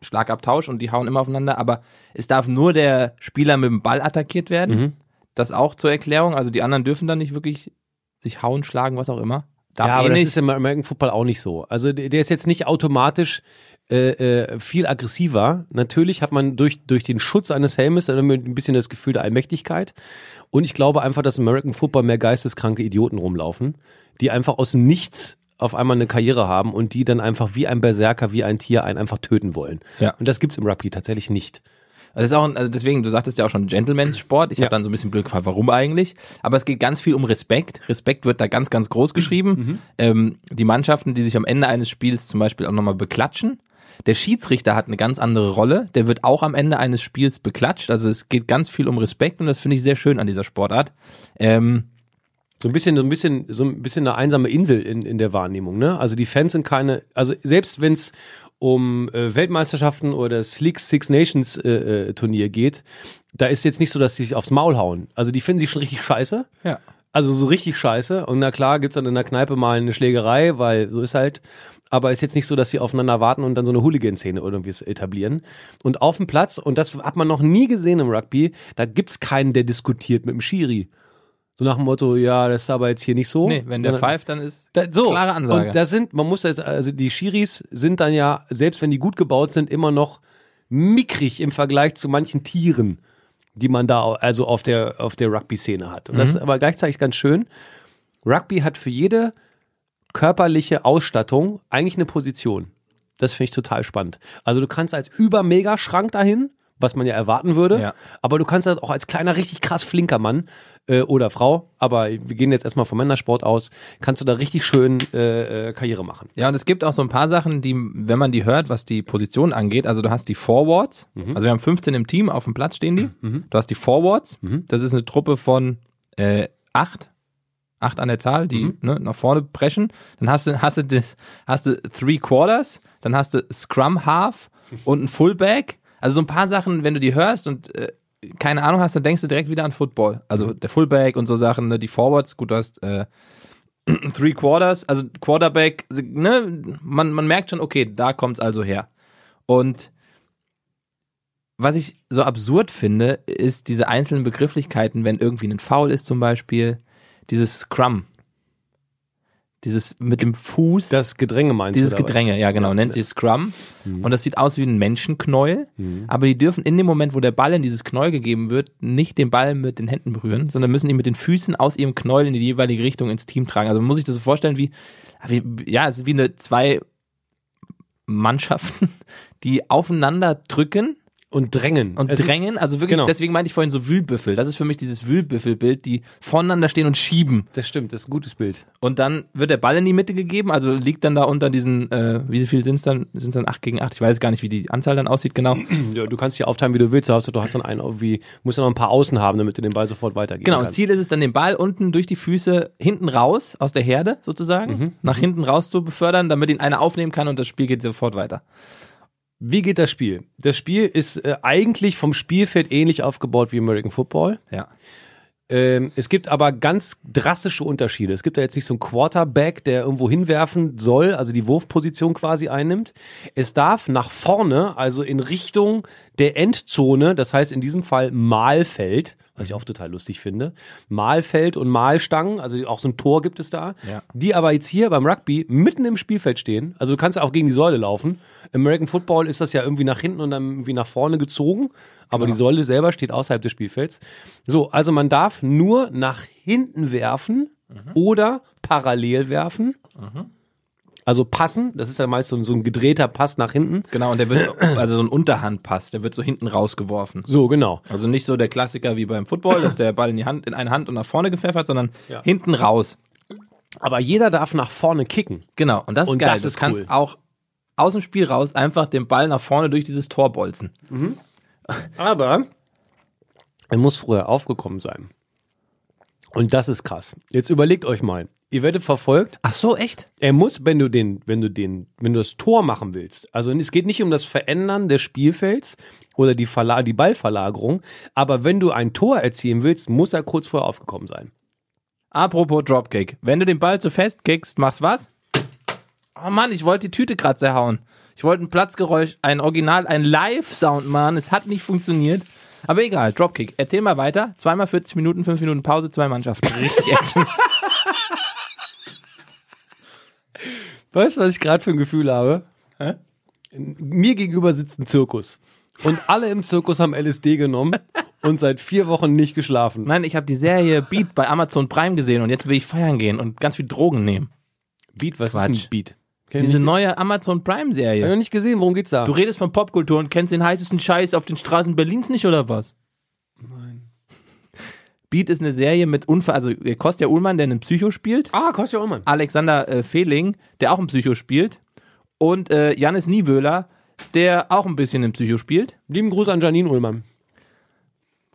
S2: Schlagabtausch und die hauen immer aufeinander, aber es darf nur der Spieler mit dem Ball attackiert werden. Das auch zur Erklärung. Also die anderen dürfen dann nicht wirklich sich hauen, schlagen, was auch immer. Darf
S1: Ja,
S2: eh
S1: aber das
S2: nicht.
S1: ist im American Football auch nicht so. Also der der ist jetzt nicht automatisch äh, äh, viel aggressiver. Natürlich hat man durch, durch den Schutz eines Helmes dann immer ein bisschen das Gefühl der Allmächtigkeit. Und ich glaube einfach, dass im American Football mehr geisteskranke Idioten rumlaufen, die einfach aus dem Nichts auf einmal eine Karriere haben und die dann einfach wie ein Berserker, wie ein Tier einen einfach töten wollen.
S2: Ja.
S1: Und das gibt's im Rugby tatsächlich nicht.
S2: Also, das ist auch, ein- also deswegen, du sagtest ja auch schon Gentleman-Sport. Ich hab
S1: Ja.
S2: habe dann so ein bisschen Glück gefragt, warum eigentlich? Aber es geht ganz viel um Respekt. Respekt wird da ganz, ganz groß geschrieben.
S1: Mhm.
S2: Ähm, die Mannschaften, die sich am Ende eines Spiels zum Beispiel auch nochmal beklatschen. Der Schiedsrichter hat eine ganz andere Rolle. Der wird auch am Ende eines Spiels beklatscht. Also es geht ganz viel um Respekt und das finde ich sehr schön an dieser Sportart. Ähm,
S1: So ein bisschen, so ein bisschen, so ein bisschen eine einsame Insel in, in der Wahrnehmung, ne? Also die Fans sind keine, also selbst wenn es um äh, Weltmeisterschaften oder das Six, Six Nations äh, äh, Turnier geht, da ist jetzt nicht so, dass sie sich aufs Maul hauen. Also die finden sich schon richtig scheiße.
S2: ja.
S1: Also so richtig scheiße. Und na klar gibt's dann in der Kneipe mal eine Schlägerei, weil so ist halt. Aber ist jetzt nicht so, dass sie aufeinander warten und dann so eine Hooligan-Szene irgendwie etablieren. Und auf dem Platz, und das hat man noch nie gesehen im Rugby, da gibt's keinen, der diskutiert mit dem Schiri. So nach dem Motto, ja, das ist aber jetzt hier nicht so.
S2: Nee, wenn der
S1: Sondern-
S2: pfeift, dann ist
S1: Äh, da, so.
S2: klare Ansage.
S1: Und da sind, man muss jetzt, also die Schiris sind dann ja, selbst wenn die gut gebaut sind, immer noch mickrig im Vergleich zu manchen Tieren. die man da au- also auf der, auf der Rugby-Szene hat. Und das
S2: Mhm.
S1: ist aber gleichzeitig ganz schön. Rugby hat für jede körperliche Ausstattung eigentlich eine Position. Das finde ich total spannend. Also du kannst als Über-Mega-Schrank dahin, was man ja erwarten würde,
S2: Ja.
S1: aber du kannst halt auch als kleiner, richtig krass flinker Mann äh, oder Frau, aber wir gehen jetzt erstmal vom Männersport aus, kannst du da richtig schön äh, äh, Karriere machen.
S2: Ja, und es gibt auch so ein paar Sachen, die, wenn man die hört, was die Position angeht, also du hast die Forwards, also wir haben 15 im Team, auf dem Platz stehen die. Du hast die Forwards, das ist eine Truppe von äh, acht, acht an der Zahl, die ne, nach vorne preschen. Dann hast du, hast du das, hast du Three Quarters, dann hast du Scrum Half und ein Fullback. Also so ein paar Sachen, wenn du die hörst und äh, keine Ahnung hast, dann denkst du direkt wieder an Football. Also der Fullback und so Sachen, ne, die Forwards, gut, du hast äh, Three Quarters, also Quarterback, ne, man, man merkt schon, okay, da kommt's also her. Und was ich so absurd finde, ist diese einzelnen Begrifflichkeiten, wenn irgendwie ein Foul ist zum Beispiel, dieses Scrum, dieses mit dem Fuß,
S1: Das Gedränge meinst
S2: dieses
S1: du? oder was? Mhm.
S2: Gedränge, ja genau, nennt sich Scrum und das sieht aus wie ein Menschenknäuel, aber die dürfen in dem Moment, wo der Ball in dieses Knäuel gegeben wird, nicht den Ball mit den Händen berühren, sondern müssen ihn mit den Füßen aus ihrem Knäuel in die jeweilige Richtung ins Team tragen. Also man muss sich das so vorstellen wie, ah, wie ja, es ist wie eine zwei Mannschaften, die aufeinander drücken
S1: Und drängen.
S2: und
S1: Es ist-
S2: drängen, also wirklich,
S1: genau.
S2: deswegen meinte ich vorhin so Wühlbüffel. Das ist für mich dieses Wühlbüffelbild, die voneinander stehen und schieben.
S1: Das stimmt, das ist ein gutes Bild.
S2: Und dann wird der Ball in die Mitte gegeben, also liegt dann da unter diesen, äh, wie viel sind es dann? Sind es dann 8 gegen 8? Ich weiß gar nicht, wie die Anzahl dann aussieht, genau.
S1: Ja, du kannst dich aufteilen, wie du willst. Also, du hast dann einen irgendwie, musst dann noch ein paar Außen haben, damit du den Ball sofort weitergeben
S2: Genau, und
S1: kannst.
S2: Ziel ist es dann, den Ball unten durch die Füße hinten raus, aus der Herde sozusagen,
S1: Mhm.
S2: nach hinten raus zu befördern, damit ihn einer aufnehmen kann und das Spiel geht sofort weiter.
S1: Wie geht das Spiel? Das Spiel ist äh, eigentlich vom Spielfeld ähnlich aufgebaut wie American Football.
S2: Ja.
S1: Ähm, es gibt aber ganz drastische Unterschiede. Es gibt da jetzt nicht so einen Quarterback, der irgendwo hinwerfen soll, also die Wurfposition quasi einnimmt. Es darf nach vorne, also in Richtung der Endzone, das heißt in diesem Fall Mahlfeld, was ich auch total lustig finde, Mahlfeld und Mahlstangen, also auch so ein Tor gibt es da,
S2: Ja.
S1: die aber jetzt hier beim Rugby mitten im Spielfeld stehen. Also du kannst auch gegen die Säule laufen. Im American Football ist das ja irgendwie nach hinten und dann irgendwie nach vorne gezogen. Aber die Säule selber steht außerhalb des Spielfelds. So, also man darf nur nach hinten werfen oder parallel werfen. Also passen, das ist ja meist so ein, so ein gedrehter Pass nach hinten.
S2: Genau, und der wird, also so ein Unterhandpass, der wird so hinten rausgeworfen.
S1: So, genau.
S2: Also nicht so der Klassiker wie beim Football, dass der Ball in die Hand, in eine Hand und nach vorne gepfeffert, sondern
S1: Ja.
S2: hinten raus.
S1: Aber jeder darf nach vorne kicken.
S2: Genau, und das ist
S1: Und
S2: geil.
S1: das ist
S2: du kannst
S1: cool.
S2: auch aus dem Spiel raus einfach den Ball nach vorne durch dieses Tor bolzen.
S1: Aber er muss früher aufgekommen sein. Und das ist krass. Jetzt überlegt euch mal. Ihr werdet verfolgt.
S2: Ach so, echt?
S1: Er muss, wenn du den, wenn du den, wenn du das Tor machen willst. Also es geht nicht um das Verändern des Spielfelds oder die, Verla die Ballverlagerung. Aber wenn du ein Tor erzielen willst, muss er kurz vorher aufgekommen sein.
S2: Apropos Dropkick. Wenn du den Ball zu fest kickst, machst was? Oh Mann, ich wollte die Tüte gerade zerhauen. Ich wollte ein Platzgeräusch, ein Original, ein Live-Sound machen. Es hat nicht funktioniert. Aber egal, Dropkick. Erzähl mal weiter. Zweimal 40 Minuten, 5 Minuten Pause, zwei Mannschaften. Richtig Action.
S1: Weißt du, was ich gerade für ein Gefühl habe? Mir gegenüber sitzt ein Zirkus. Und alle im Zirkus haben LSD genommen und seit vier Wochen nicht geschlafen.
S2: Nein, ich habe die Serie Beat bei Amazon Prime gesehen und jetzt will ich feiern gehen und ganz viel Drogen nehmen.
S1: Beat, was
S2: Quatsch.
S1: ist ein Beat?
S2: Diese neue Amazon Prime-Serie.
S1: Ich noch nicht gesehen, worum geht's da?
S2: Du redest von Popkultur und kennst den heißesten Scheiß auf den Straßen Berlins nicht, oder was? Nein. Beat ist eine Serie mit Unfall, also äh, Kostja Ullmann, der einen Psycho spielt,
S1: ah, Kostja Ullmann.
S2: Alexander äh, Fehling, der auch einen Psycho spielt und äh, Janis Niewöhler, der auch ein bisschen einen Psycho spielt,
S1: Lieben Gruß an Janine Ullmann.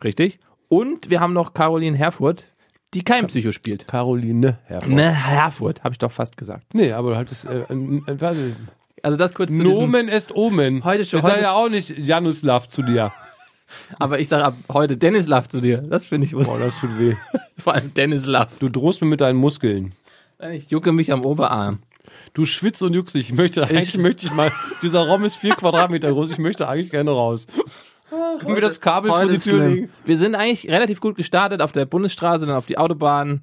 S2: richtig? Und wir haben noch Caroline Herfurth, die kein Psycho spielt.
S1: Caroline Herford.
S2: Ne, Herfurth, habe ich doch fast gesagt.
S1: Nee, aber halt das. Äh, ähm, äh, warte.
S2: Also das kurz zu diesem,
S1: Nomen est Omen.
S2: Heute schon-
S1: Ich sag
S2: heute-
S1: ja auch nicht Januslav zu dir.
S2: aber ich sage ab heute Dennis Love zu dir. Das finde ich
S1: Boah,
S2: lustig.
S1: Oh, das tut weh.
S2: Vor allem Dennis Love.
S1: Du drohst mir mit deinen Muskeln.
S2: Ich jucke mich am Oberarm.
S1: Du schwitzt und juckst. dich. Ich möchte eigentlich möchte ich mal. Dieser Raum ist vier Quadratmeter groß. Ich möchte eigentlich gerne raus. Können wir das Kabel vor
S2: Heute
S1: die
S2: ist
S1: Tür
S2: schlimm.
S1: legen?
S2: Wir sind eigentlich relativ gut gestartet auf der Bundesstraße, dann auf die Autobahn.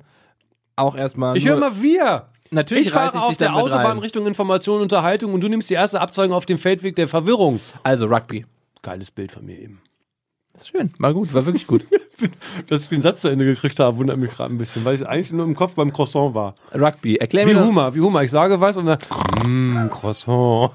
S2: Auch erstmal.
S1: Ich
S2: nur-
S1: höre mal wir.
S2: Natürlich
S1: Ich
S2: reiß
S1: fahre
S2: ich
S1: auf
S2: dich dann
S1: der
S2: mit
S1: Autobahn
S2: rein.
S1: Richtung Information und Unterhaltung und du nimmst die erste Abzeugung auf dem Feldweg der Verwirrung.
S2: Also Rugby.
S1: Geiles Bild von mir eben.
S2: Ist schön, war gut, war wirklich gut.
S1: Dass ich den Satz zu Ende gekriegt habe, wundert mich gerade ein bisschen, weil ich eigentlich nur im Kopf beim Croissant war.
S2: Rugby, erklär
S1: Wie
S2: mir doch.
S1: Hummer, wie Hummer. Ich sage was und dann, mmm, Croissant.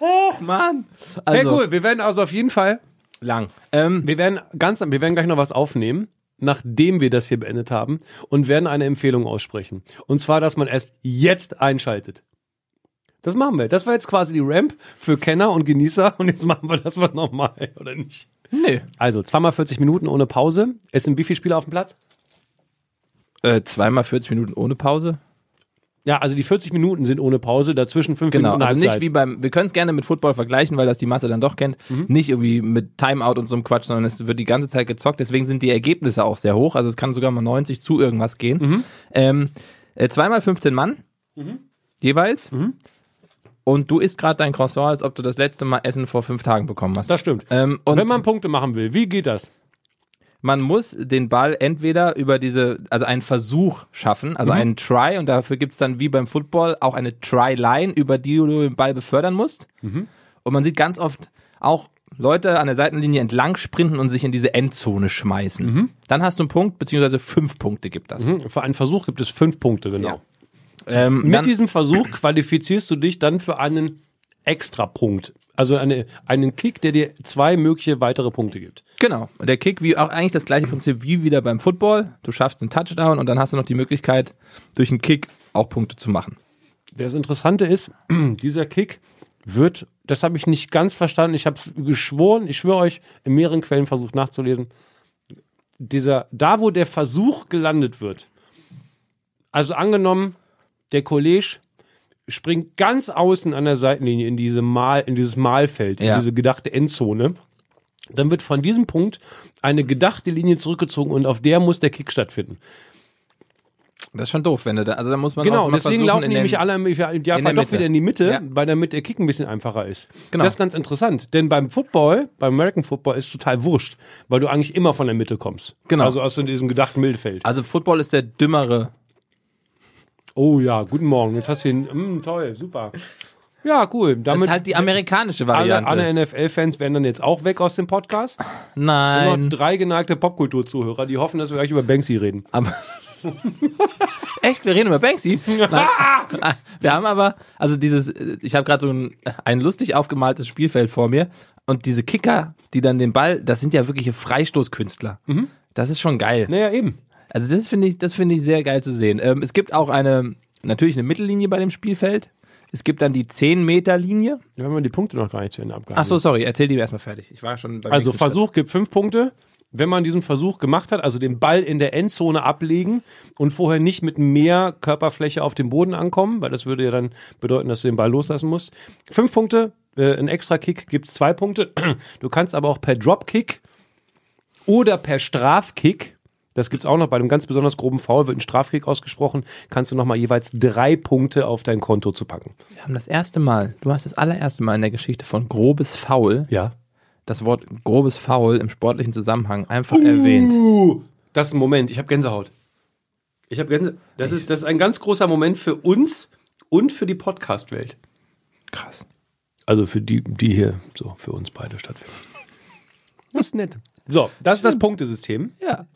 S2: Oh, Mann. Also,
S1: Sehr cool, wir werden also auf jeden Fall,
S2: lang. Ähm,
S1: wir werden ganz, wir werden gleich noch was aufnehmen, nachdem wir das hier beendet haben und werden eine Empfehlung aussprechen. Und zwar, dass man erst jetzt einschaltet. Das machen wir. Das war jetzt quasi die Ramp für Kenner und Genießer und jetzt machen wir das was nochmal, oder nicht?
S2: nö.
S1: Also, zweimal 40 Minuten ohne Pause. Es sind wie viele Spieler auf dem Platz?
S2: Äh, zweimal 40 Minuten ohne Pause.
S1: Ja, also die 40 Minuten sind ohne Pause, dazwischen 5
S2: Genau,
S1: Minuten
S2: also nicht
S1: Halbzeit.
S2: wie beim, wir können es gerne mit Football vergleichen, weil das die Masse dann doch kennt.
S1: Mhm.
S2: Nicht irgendwie mit Timeout und so einem Quatsch, sondern es wird die ganze Zeit gezockt, deswegen sind die Ergebnisse auch sehr hoch. Also es kann sogar mal 90 zu irgendwas gehen.
S1: Mhm.
S2: Ähm, äh, zweimal 15 Mann, jeweils.
S1: Mhm.
S2: Und du isst gerade dein Croissant, als ob du das letzte Mal Essen vor fünf Tagen bekommen hast.
S1: Das stimmt.
S2: Ähm, und
S1: Wenn man Punkte machen will, wie geht das?
S2: man muss den Ball entweder über diese, also einen Versuch schaffen,
S1: Mhm.
S2: also einen Try, und dafür gibt's dann wie beim Football auch eine Try-Line, über die du den Ball befördern musst.
S1: Mhm.
S2: Und man sieht ganz oft auch Leute an der Seitenlinie entlang sprinten und sich in diese Endzone schmeißen.
S1: Mhm.
S2: Dann hast du einen Punkt, beziehungsweise fünf Punkte gibt das.
S1: Hm, Für einen Versuch gibt es fünf Punkte, genau.
S2: Ja. Ähm,
S1: Mit
S2: dann,
S1: diesem Versuch qualifizierst du dich dann für einen Extrapunkt. Also eine, einen Kick, der dir zwei mögliche weitere Punkte gibt.
S2: genau. Und der Kick, wie auch eigentlich das gleiche Prinzip wie wieder beim Football. Du schaffst einen Touchdown und dann hast du noch die Möglichkeit, durch einen Kick auch Punkte zu machen.
S1: Das Interessante ist, dieser Kick wird, das habe ich nicht ganz verstanden, ich habe es geschworen, ich schwöre euch, in mehreren Quellen versucht nachzulesen. Dieser, da wo der Versuch gelandet wird, also angenommen, der Kollege springt ganz außen an der Seitenlinie in, diese Mal, in dieses Mahlfeld, in
S2: Ja.
S1: diese gedachte Endzone, dann wird von diesem Punkt eine gedachte Linie zurückgezogen und auf der muss der Kick stattfinden.
S2: Das ist schon doof, wenn du da, also da muss man auch
S1: Genau,
S2: mal
S1: deswegen
S2: versuchen,
S1: laufen
S2: in
S1: die
S2: den-
S1: nämlich alle im
S2: der
S1: Idealfall doch
S2: Mitte.
S1: wieder in die Mitte,
S2: Ja.
S1: weil damit der Kick ein bisschen einfacher ist.
S2: Genau.
S1: Das ist ganz interessant, denn beim Football, beim American Football ist total wurscht, weil du eigentlich immer von der Mitte kommst.
S2: Genau.
S1: Also aus diesem gedachten Mittelfeld.
S2: Also Football ist der dümmere.
S1: Oh ja, guten Morgen, jetzt hast du ihn, mm, toll, super. Ja, cool.
S2: Das
S1: Damit
S2: ist halt die amerikanische
S1: alle,
S2: Variante.
S1: alle NFL-Fans werden dann jetzt auch weg aus dem Podcast. Nur noch
S2: Nein.
S1: drei geneigte Popkultur-Zuhörer, die hoffen, dass wir gleich über Banksy reden.
S2: Aber Echt, wir reden über Banksy? Nein. Wir haben aber, also dieses, äh, ich habe gerade so ein, ein lustig aufgemaltes Spielfeld vor mir und diese Kicker, die dann den Ball, das sind ja wirkliche Freistoßkünstler.
S1: Mhm.
S2: Das ist schon geil.
S1: Naja, eben.
S2: Also das finde ich, das finde ich sehr geil zu sehen. Ähm, es gibt auch eine, natürlich eine Mittellinie bei dem Spielfeld. Es gibt dann die 10-Meter-Linie.
S1: Wir haben ja die Punkte noch gar nicht zu Ende abgehalten.
S2: Ach so, sorry, erzähl die mir erstmal fertig. Ich war schon beim
S1: Mhm. Also
S2: nächsten Schritt.
S1: Versuch gibt fünf Punkte. Wenn man diesen Versuch gemacht hat, also den Ball in der Endzone ablegen und vorher nicht mit mehr Körperfläche auf dem Boden ankommen, weil das würde ja dann bedeuten, dass du den Ball loslassen musst. Fünf Punkte, äh, ein extra Kick gibt zwei Punkte. Du kannst aber auch per Dropkick oder per Strafkick, das gibt's auch noch, bei einem ganz besonders groben Foul wird ein Strafkick ausgesprochen, kannst du nochmal jeweils drei Punkte auf dein Konto zu packen.
S2: Wir haben das erste Mal, du hast das allererste Mal in der Geschichte von grobes Foul,
S1: Ja.
S2: das Wort grobes Foul im sportlichen Zusammenhang einfach erwähnt.
S1: Uh, das ist ein Moment. Ich habe Gänsehaut. Ich habe Gänse. Das ist, das ist ein ganz großer Moment für uns und für die Podcast-Welt.
S2: Krass.
S1: Also für die, die hier so für uns beide stattfinden. Das ist nett. So, das ist das Punktesystem.
S2: Ja.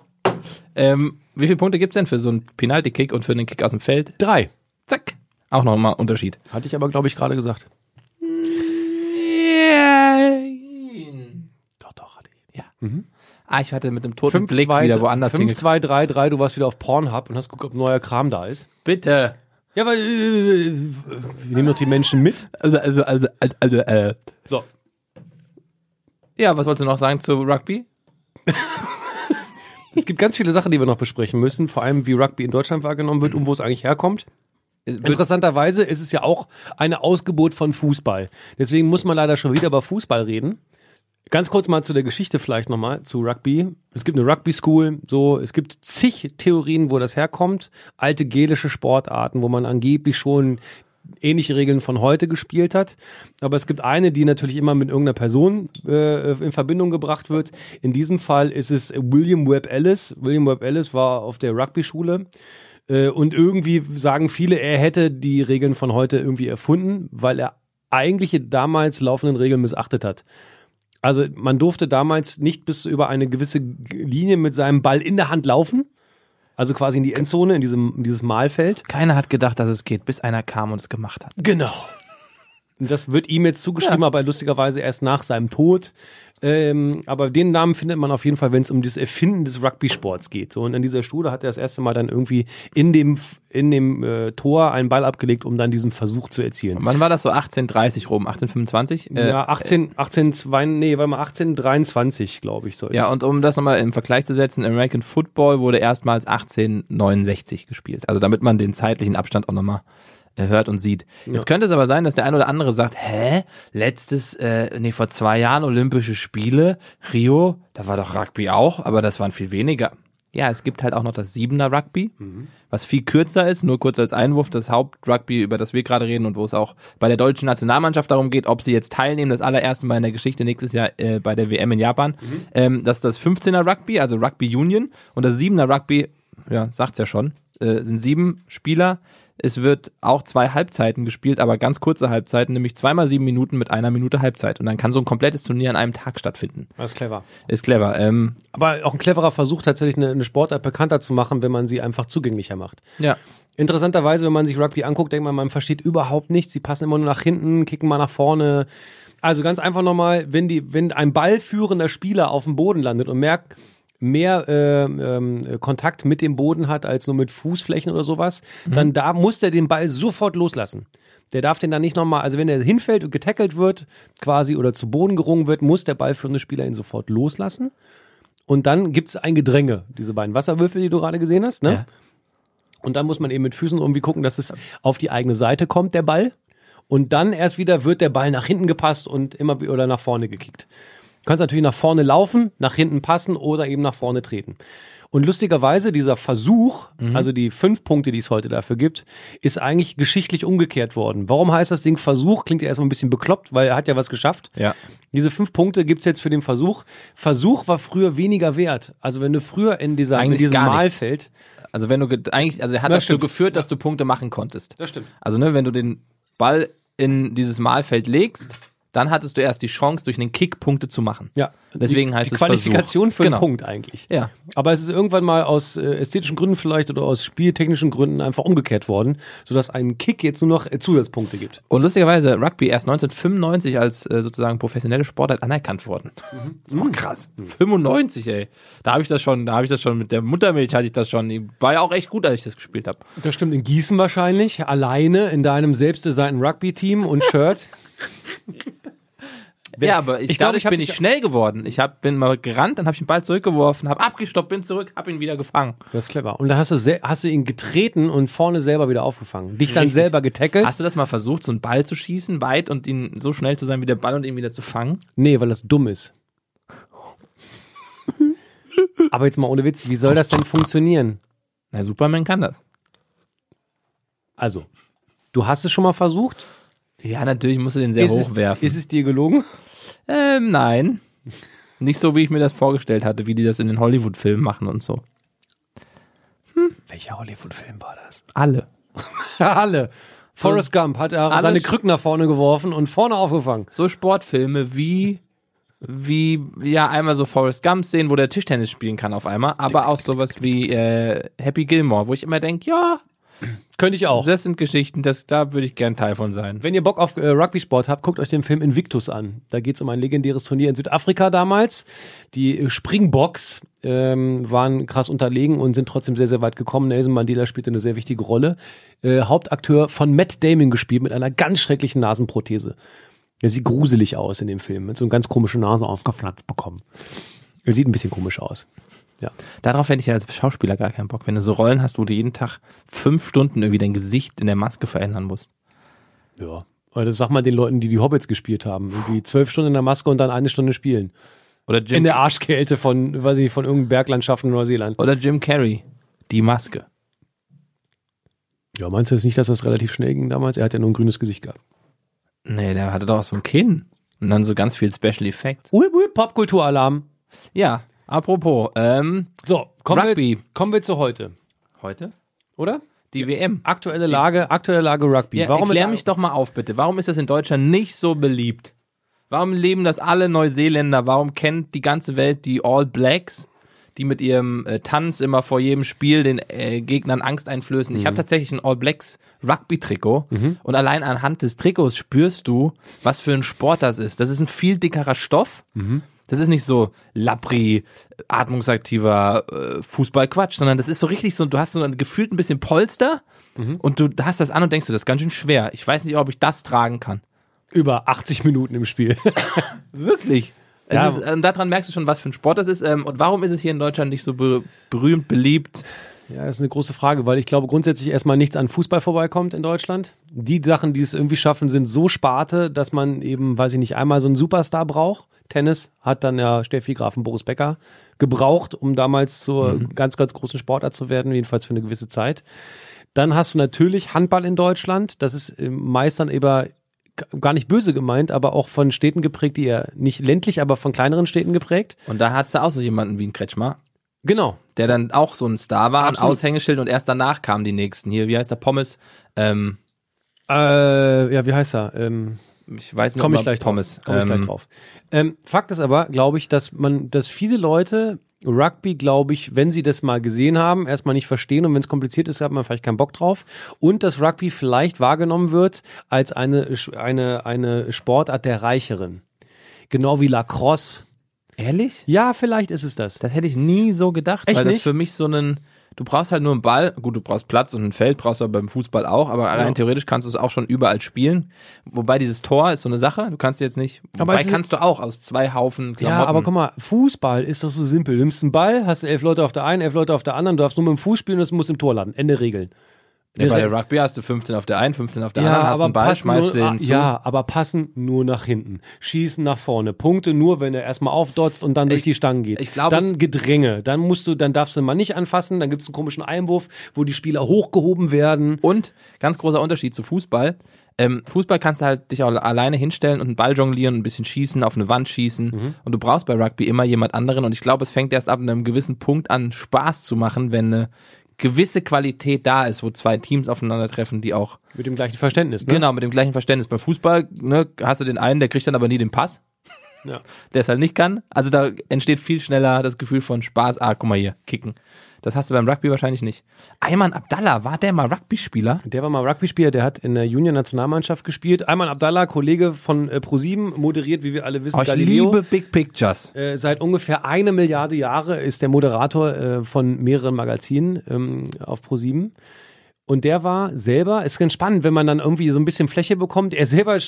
S2: Ähm, wie viele Punkte gibt's denn für so einen Penalty-Kick und für einen Kick aus dem Feld?
S1: Drei.
S2: Zack. Auch nochmal Unterschied.
S1: Hatte ich aber, glaube ich, gerade gesagt. Doch, doch, hatte ich.
S2: Ja. Ah, ich hatte mit dem toten
S1: 5,
S2: Blick
S1: 2,
S2: wieder woanders
S1: 5,
S2: hingekommen.
S1: 2, 3, 3, du warst wieder auf Pornhub und hast geguckt, ob neuer Kram da ist.
S2: Bitte.
S1: Ja, weil äh, wir nehmen doch die Menschen mit.
S2: Also, also, also, also, also, äh.
S1: So,
S2: Ja, was wolltest du noch sagen zu Rugby?
S1: es gibt ganz viele Sachen, die wir noch besprechen müssen, vor allem wie Rugby in Deutschland wahrgenommen wird und wo es eigentlich herkommt. Äh, Interessanterweise ist es ja auch eine Ausgeburt von Fußball. Deswegen muss man leider schon wieder über Fußball reden. Ganz kurz mal zu der Geschichte vielleicht nochmal, zu Rugby. Es gibt eine Rugby-School, so, es gibt zig Theorien, wo das herkommt. Alte gelische Sportarten, wo man angeblich schon ähnliche Regeln von heute gespielt hat. Aber es gibt eine, die natürlich immer mit irgendeiner Person äh, in Verbindung gebracht wird. In diesem Fall ist es William Webb Ellis. William Webb Ellis war auf der Rugby-Schule. Äh, Und irgendwie sagen viele, er hätte die Regeln von heute irgendwie erfunden, weil er eigentliche damals laufenden Regeln missachtet hat. Also man durfte damals nicht bis über eine gewisse G- Linie mit seinem Ball in der Hand laufen. Also quasi in die Endzone, in diesem, in dieses Mahlfeld.
S2: Keiner hat gedacht, dass es geht, bis einer kam und es gemacht hat.
S1: Genau. Und das wird ihm jetzt zugeschrieben,
S2: Ja.
S1: aber lustigerweise erst nach seinem Tod. Ähm, aber den Namen findet man auf jeden Fall, wenn es um das Erfinden des Rugby-Sports geht. So, und an dieser Schule hat er das erste Mal dann irgendwie in dem, in dem äh, Tor einen Ball abgelegt, um dann diesen Versuch zu erzielen.
S2: Wann war das so? 1830 rum, 1825? Äh,
S1: ja, 18, 18, zwei, nee, warte mal, 1823, glaube ich, soll
S2: Ja, und um das nochmal im Vergleich zu setzen, American Football wurde erstmals 1869 gespielt. Also damit man den zeitlichen Abstand auch nochmal äh, hört und sieht. Jetzt könnte es aber sein, dass der ein oder andere sagt, hä, letztes, äh, nee, vor zwei Jahren Olympische Spiele, Rio, da war doch Rugby auch, aber das waren viel weniger. Ja, es gibt halt auch noch das Siebener Rugby, was viel kürzer ist, nur kurz als Einwurf, das Hauptrugby, über das wir gerade reden und wo es auch bei der deutschen Nationalmannschaft darum geht, ob sie jetzt teilnehmen, das allererste Mal in der Geschichte nächstes Jahr äh, bei der WM in Japan. Ähm, das ist das 15er Rugby, also Rugby Union und das 7er Rugby, ja, sagt's ja schon, äh, sind sieben Spieler. Es wird auch zwei Halbzeiten gespielt, aber ganz kurze Halbzeiten, nämlich zweimal sieben Minuten mit einer Minute Halbzeit. Und dann kann so ein komplettes Turnier an einem Tag stattfinden.
S1: Das ist clever.
S2: Ist clever. Ähm,
S1: Aber auch ein cleverer Versuch, tatsächlich eine, eine Sportart bekannter zu machen, wenn man sie einfach zugänglicher macht.
S2: ja.
S1: Interessanterweise, wenn man sich Rugby anguckt, denkt man, man versteht überhaupt nichts. Sie passen immer nur nach hinten, kicken mal nach vorne. Also ganz einfach nochmal, wenn, die, wenn ein ballführender Spieler auf dem Boden landet und merkt, mehr ähm, ähm, Kontakt mit dem Boden hat als nur mit Fußflächen oder sowas, dann da muss der den Ball sofort loslassen. Der darf den dann nicht nochmal, also wenn er hinfällt und getackelt wird quasi oder zu Boden gerungen wird, muss der ballführende Spieler ihn sofort loslassen. Und dann gibt es ein Gedränge, diese beiden Wasserwürfel, die du gerade gesehen hast. Ne?
S2: Ja.
S1: Und dann muss man eben mit Füßen irgendwie gucken, dass es auf die eigene Seite kommt, der Ball. Und dann erst wieder wird der Ball nach hinten gepasst und immer wieder nach vorne gekickt. Du kannst natürlich nach vorne laufen, nach hinten passen oder eben nach vorne treten. Und lustigerweise, dieser Versuch,
S2: Mhm.
S1: also die fünf Punkte, die es heute dafür gibt, ist eigentlich geschichtlich umgekehrt worden. Warum heißt das Ding Versuch? Klingt ja erstmal ein bisschen bekloppt, weil er hat ja was geschafft.
S2: Ja.
S1: Diese fünf Punkte gibt's jetzt für den Versuch. Versuch war früher weniger wert. Also wenn du früher in, dieser, in
S2: Eigentlich
S1: diesem
S2: gar nichts.
S1: Mahlfeld.
S2: Also wenn du ge- eigentlich, also er hat
S1: Na,
S2: dazu
S1: stimmt.
S2: geführt, dass du Punkte machen konntest.
S1: Das stimmt.
S2: Also ne, wenn du den Ball in dieses Mahlfeld legst, dann hattest du erst die Chance, durch einen Kick Punkte zu machen.
S1: Ja.
S2: Deswegen
S1: die,
S2: heißt
S1: die
S2: es
S1: Qualifikation
S2: Versuch.
S1: für
S2: Genau.
S1: den Punkt eigentlich.
S2: Ja.
S1: Aber es ist irgendwann mal aus äh, ästhetischen Gründen vielleicht oder aus spieltechnischen Gründen einfach umgekehrt worden, sodass ein Kick jetzt nur noch äh, Zusatzpunkte gibt.
S2: Und lustigerweise Rugby erst 1995 als äh, sozusagen professionelle Sportart anerkannt worden. Das
S1: Hm.
S2: ist auch krass. 95, ey. Da habe ich das schon, da habe ich das schon mit der Muttermilch hatte ich das schon. Die War ja auch echt gut, als ich das gespielt habe.
S1: Das stimmt in Gießen wahrscheinlich, alleine in deinem selbstdesignten Rugby-Team und Shirt.
S2: Ja, aber ich,
S1: ich glaub,
S2: dadurch
S1: ich hab
S2: bin
S1: dich-
S2: ich schnell geworden. Ich hab, bin mal gerannt, dann habe ich den Ball zurückgeworfen, habe abgestoppt, bin zurück, habe ihn wieder gefangen.
S1: Das ist clever. Und da hast du, sel- hast du ihn getreten und vorne selber wieder aufgefangen. Dich dann
S2: Richtig.
S1: selber getackelt.
S2: Hast du das mal versucht, so einen Ball zu schießen, weit und ihn so schnell zu sein wie der Ball und ihn wieder zu fangen?
S1: Nee, weil das dumm ist. Aber jetzt mal ohne Witz, wie soll das denn funktionieren?
S2: Na, Superman kann das.
S1: Also, du hast es schon mal versucht?
S2: Ja, natürlich musst du den sehr
S1: ist, es,
S2: hochwerfen.
S1: ist es dir gelungen?
S2: ähm, nein. Nicht so, wie ich mir das vorgestellt hatte, wie die das in den Hollywood-Filmen machen und so.
S1: Welcher Hollywood-Film war das?
S2: Alle.
S1: Alle. Forrest Gump hat er
S2: Alle
S1: seine
S2: sch-
S1: Krücken nach vorne geworfen und vorne aufgefangen.
S2: So Sportfilme wie, wie, ja, einmal so Forrest Gump sehen, wo der Tischtennis spielen kann auf einmal, aber auch sowas wie äh, Happy Gilmore, wo ich immer denke, ja,
S1: Könnte ich auch.
S2: das sind Geschichten, das, da würde ich gern Teil von sein.
S1: Wenn ihr Bock auf äh, Rugby-Sport habt, guckt euch den Film Invictus an. Da geht es um ein legendäres Turnier in Südafrika damals. Die äh, Springboks ähm, waren krass unterlegen und sind trotzdem sehr, sehr weit gekommen. Nelson Mandela spielte eine sehr wichtige Rolle. Äh, Hauptakteur von Matt Damon gespielt mit einer ganz schrecklichen Nasenprothese. Er sieht gruselig aus in dem Film. Mit so eine ganz komische Nase aufgeflatzt bekommen. Er sieht ein bisschen komisch aus. Ja.
S2: Darauf hätte ich ja als Schauspieler gar keinen Bock, wenn du so Rollen hast, wo du jeden Tag fünf Stunden irgendwie dein Gesicht in der Maske verändern musst.
S1: Ja. Oder das sag mal den Leuten, die die Hobbits gespielt haben. Irgendwie zwölf Stunden in der Maske und dann eine Stunde spielen.
S2: Oder
S1: In
S2: Jim,
S1: der Arschkälte von, weiß ich nicht, von irgendeinen Berglandschaften in Neuseeland.
S2: oder Jim Carrey, die Maske.
S1: Ja, meinst du jetzt nicht, dass das relativ schnell ging damals? Er hat ja nur ein grünes Gesicht gehabt.
S2: Nee, der hatte doch auch so ein Kinn. Und dann so ganz viel Special Effects.
S1: Ui, ui, Popkulturalarm.
S2: Ja, apropos, ähm,
S1: So, kommen,
S2: Rugby.
S1: Wir, kommen wir zu heute,
S2: heute?
S1: oder?
S2: Die WM.
S1: Aktuelle Lage, aktuelle Lage Rugby.
S2: Ja,
S1: Warum
S2: erklär
S1: ist
S2: mich doch mal auf, bitte. Warum ist das in Deutschland nicht so beliebt? Warum leben das alle Neuseeländer? Warum kennt die ganze Welt die All Blacks, die mit ihrem äh, Tanz immer vor jedem Spiel den äh, Gegnern Angst einflößen?
S1: Mhm.
S2: Ich habe tatsächlich ein All Blacks Rugby-Trikot und allein anhand des Trikots spürst du, was für ein Sport das ist. Das ist ein viel dickerer Stoff.
S1: Mhm.
S2: Das ist nicht so lappri, atmungsaktiver äh, Fußballquatsch, sondern das ist so richtig so, du hast so ein, gefühlt ein bisschen Polster Hm? und du hast das an und denkst du, das ist ganz schön schwer. Ich weiß nicht, ob ich das tragen kann.
S1: Über 80 Minuten im Spiel.
S2: Wirklich. Es
S1: Ja.
S2: ist, äh, und daran merkst du schon, was für ein Sport das ist. Ähm, und warum ist es hier in Deutschland nicht so be berühmt, beliebt?
S1: Ja, das ist eine große Frage, weil ich glaube grundsätzlich erstmal nichts an Fußball vorbeikommt in Deutschland. Die Sachen, die es irgendwie schaffen, sind so Sparte, dass man eben, weiß ich nicht, einmal so einen Superstar braucht. Tennis hat dann ja Steffi Grafen Boris Becker gebraucht, um damals zur ganz, ganz großen Sportart zu werden, jedenfalls für eine gewisse Zeit. Dann hast du natürlich Handball in Deutschland. Das ist ähm, meist dann über gar nicht böse gemeint, aber auch von Städten geprägt, die eher nicht ländlich, aber von kleineren Städten geprägt.
S2: Und da hat's ja auch so jemanden wie ein Kretschmer,
S1: Genau.
S2: der dann auch so ein Star war,
S1: Absolut.
S2: ein Aushängeschild und erst danach kamen die nächsten. Hier, wie heißt der Pommes? Ähm,
S1: Äh, ja, wie heißt er? Ähm,
S2: ich weiß nicht,
S1: Komme ich
S2: ob-
S1: gleich
S2: Pommes.
S1: drauf. Komm ich
S2: ähm,
S1: gleich drauf. Ähm, Fakt ist aber, glaube ich, dass man, dass viele Leute Rugby, glaube ich, wenn sie das mal gesehen haben, erstmal nicht verstehen und wenn es kompliziert ist, hat man vielleicht keinen Bock drauf. Und dass Rugby vielleicht wahrgenommen wird als eine, eine, eine Sportart der Reicheren. Genau wie Lacrosse.
S2: Ehrlich?
S1: Ja, vielleicht ist es das.
S2: Das hätte ich nie so gedacht,
S1: Echt
S2: weil
S1: nicht?
S2: das für mich so einen. Du brauchst halt nur einen Ball, gut, du brauchst Platz und ein Feld, brauchst du aber beim Fußball auch, aber rein theoretisch kannst du es auch schon überall spielen. Wobei dieses Tor ist so eine Sache, du kannst jetzt nicht,
S1: Aber
S2: aber
S1: es
S2: wobei
S1: ist-
S2: kannst du auch aus zwei Haufen Klamotten.
S1: Ja, aber guck mal, Fußball ist doch so simpel. Du nimmst einen Ball, hast elf Leute auf der einen, elf Leute auf der anderen, du darfst nur mit dem Fuß spielen und es muss im Tor landen. Ende Regeln.
S2: Ja, bei der Rugby hast du 15 auf der einen, 15 auf der
S1: Ja,
S2: anderen, hast
S1: aber
S2: einen Ball,
S1: passen
S2: schmeißt
S1: nur, ah,
S2: den zu.
S1: Ja, aber passen nur nach hinten. Schießen nach vorne. Punkte nur, wenn er erstmal aufdotzt und dann durch die Stangen geht.
S2: ich glaube,
S1: dann
S2: es-
S1: Gedränge. Dann musst du, dann darfst du mal nicht anfassen. Dann gibt's einen komischen Einwurf, wo die Spieler hochgehoben werden.
S2: Und ganz großer Unterschied zu Fußball. Ähm, Fußball kannst du halt dich auch alleine hinstellen und einen Ball jonglieren, ein bisschen schießen, auf eine Wand schießen.
S1: Mhm.
S2: Und du brauchst bei Rugby immer jemand anderen. Und ich glaube, es fängt erst ab einem gewissen Punkt an, Spaß zu machen, wenn eine gewisse Qualität da ist, wo zwei Teams aufeinandertreffen, die auch
S1: Mit dem gleichen Verständnis. Ne?
S2: genau mit dem gleichen Verständnis. Beim Fußball ne, hast du den einen, der kriegt dann aber nie den Pass,
S1: Ja.
S2: der es halt nicht kann. Also da entsteht viel schneller das Gefühl von Spaß. Ah, guck mal hier, kicken. Das hast du beim Rugby wahrscheinlich nicht. Ayman Abdallah, war der mal Rugby-Spieler?
S1: Der war mal Rugby-Spieler, der hat in der Junior-Nationalmannschaft gespielt. Ayman Abdallah, Kollege von äh, ProSieben, moderiert, wie wir alle wissen,
S2: Oh, ich liebe Big Pictures.
S1: Äh, seit ungefähr eine Milliarde Jahre ist der Moderator äh, von mehreren Magazinen ähm, auf Pro7. Und der war selber, ist ganz spannend, wenn man dann irgendwie so ein bisschen Fläche bekommt. Er selber äh,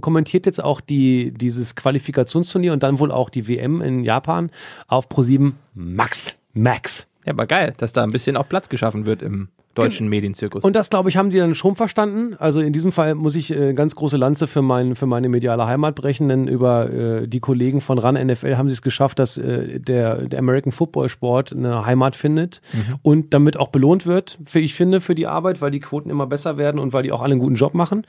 S1: kommentiert jetzt auch die, dieses Qualifikationsturnier und dann wohl auch die WM in Japan auf Pro7 Max. Max.
S2: Ja, aber geil, dass da ein bisschen auch Platz geschaffen wird im deutschen Medienzirkus.
S1: Und das, glaube ich, haben die dann schon verstanden. Also in diesem Fall muss ich äh, ganz große Lanze für, mein, für meine mediale Heimat brechen, denn über äh, die Kollegen von RAN NFL haben sie es geschafft, dass äh, der, der American Football Sport eine Heimat findet und damit auch belohnt wird, für, ich finde, für die Arbeit, weil die Quoten immer besser werden und weil die auch alle einen guten Job machen.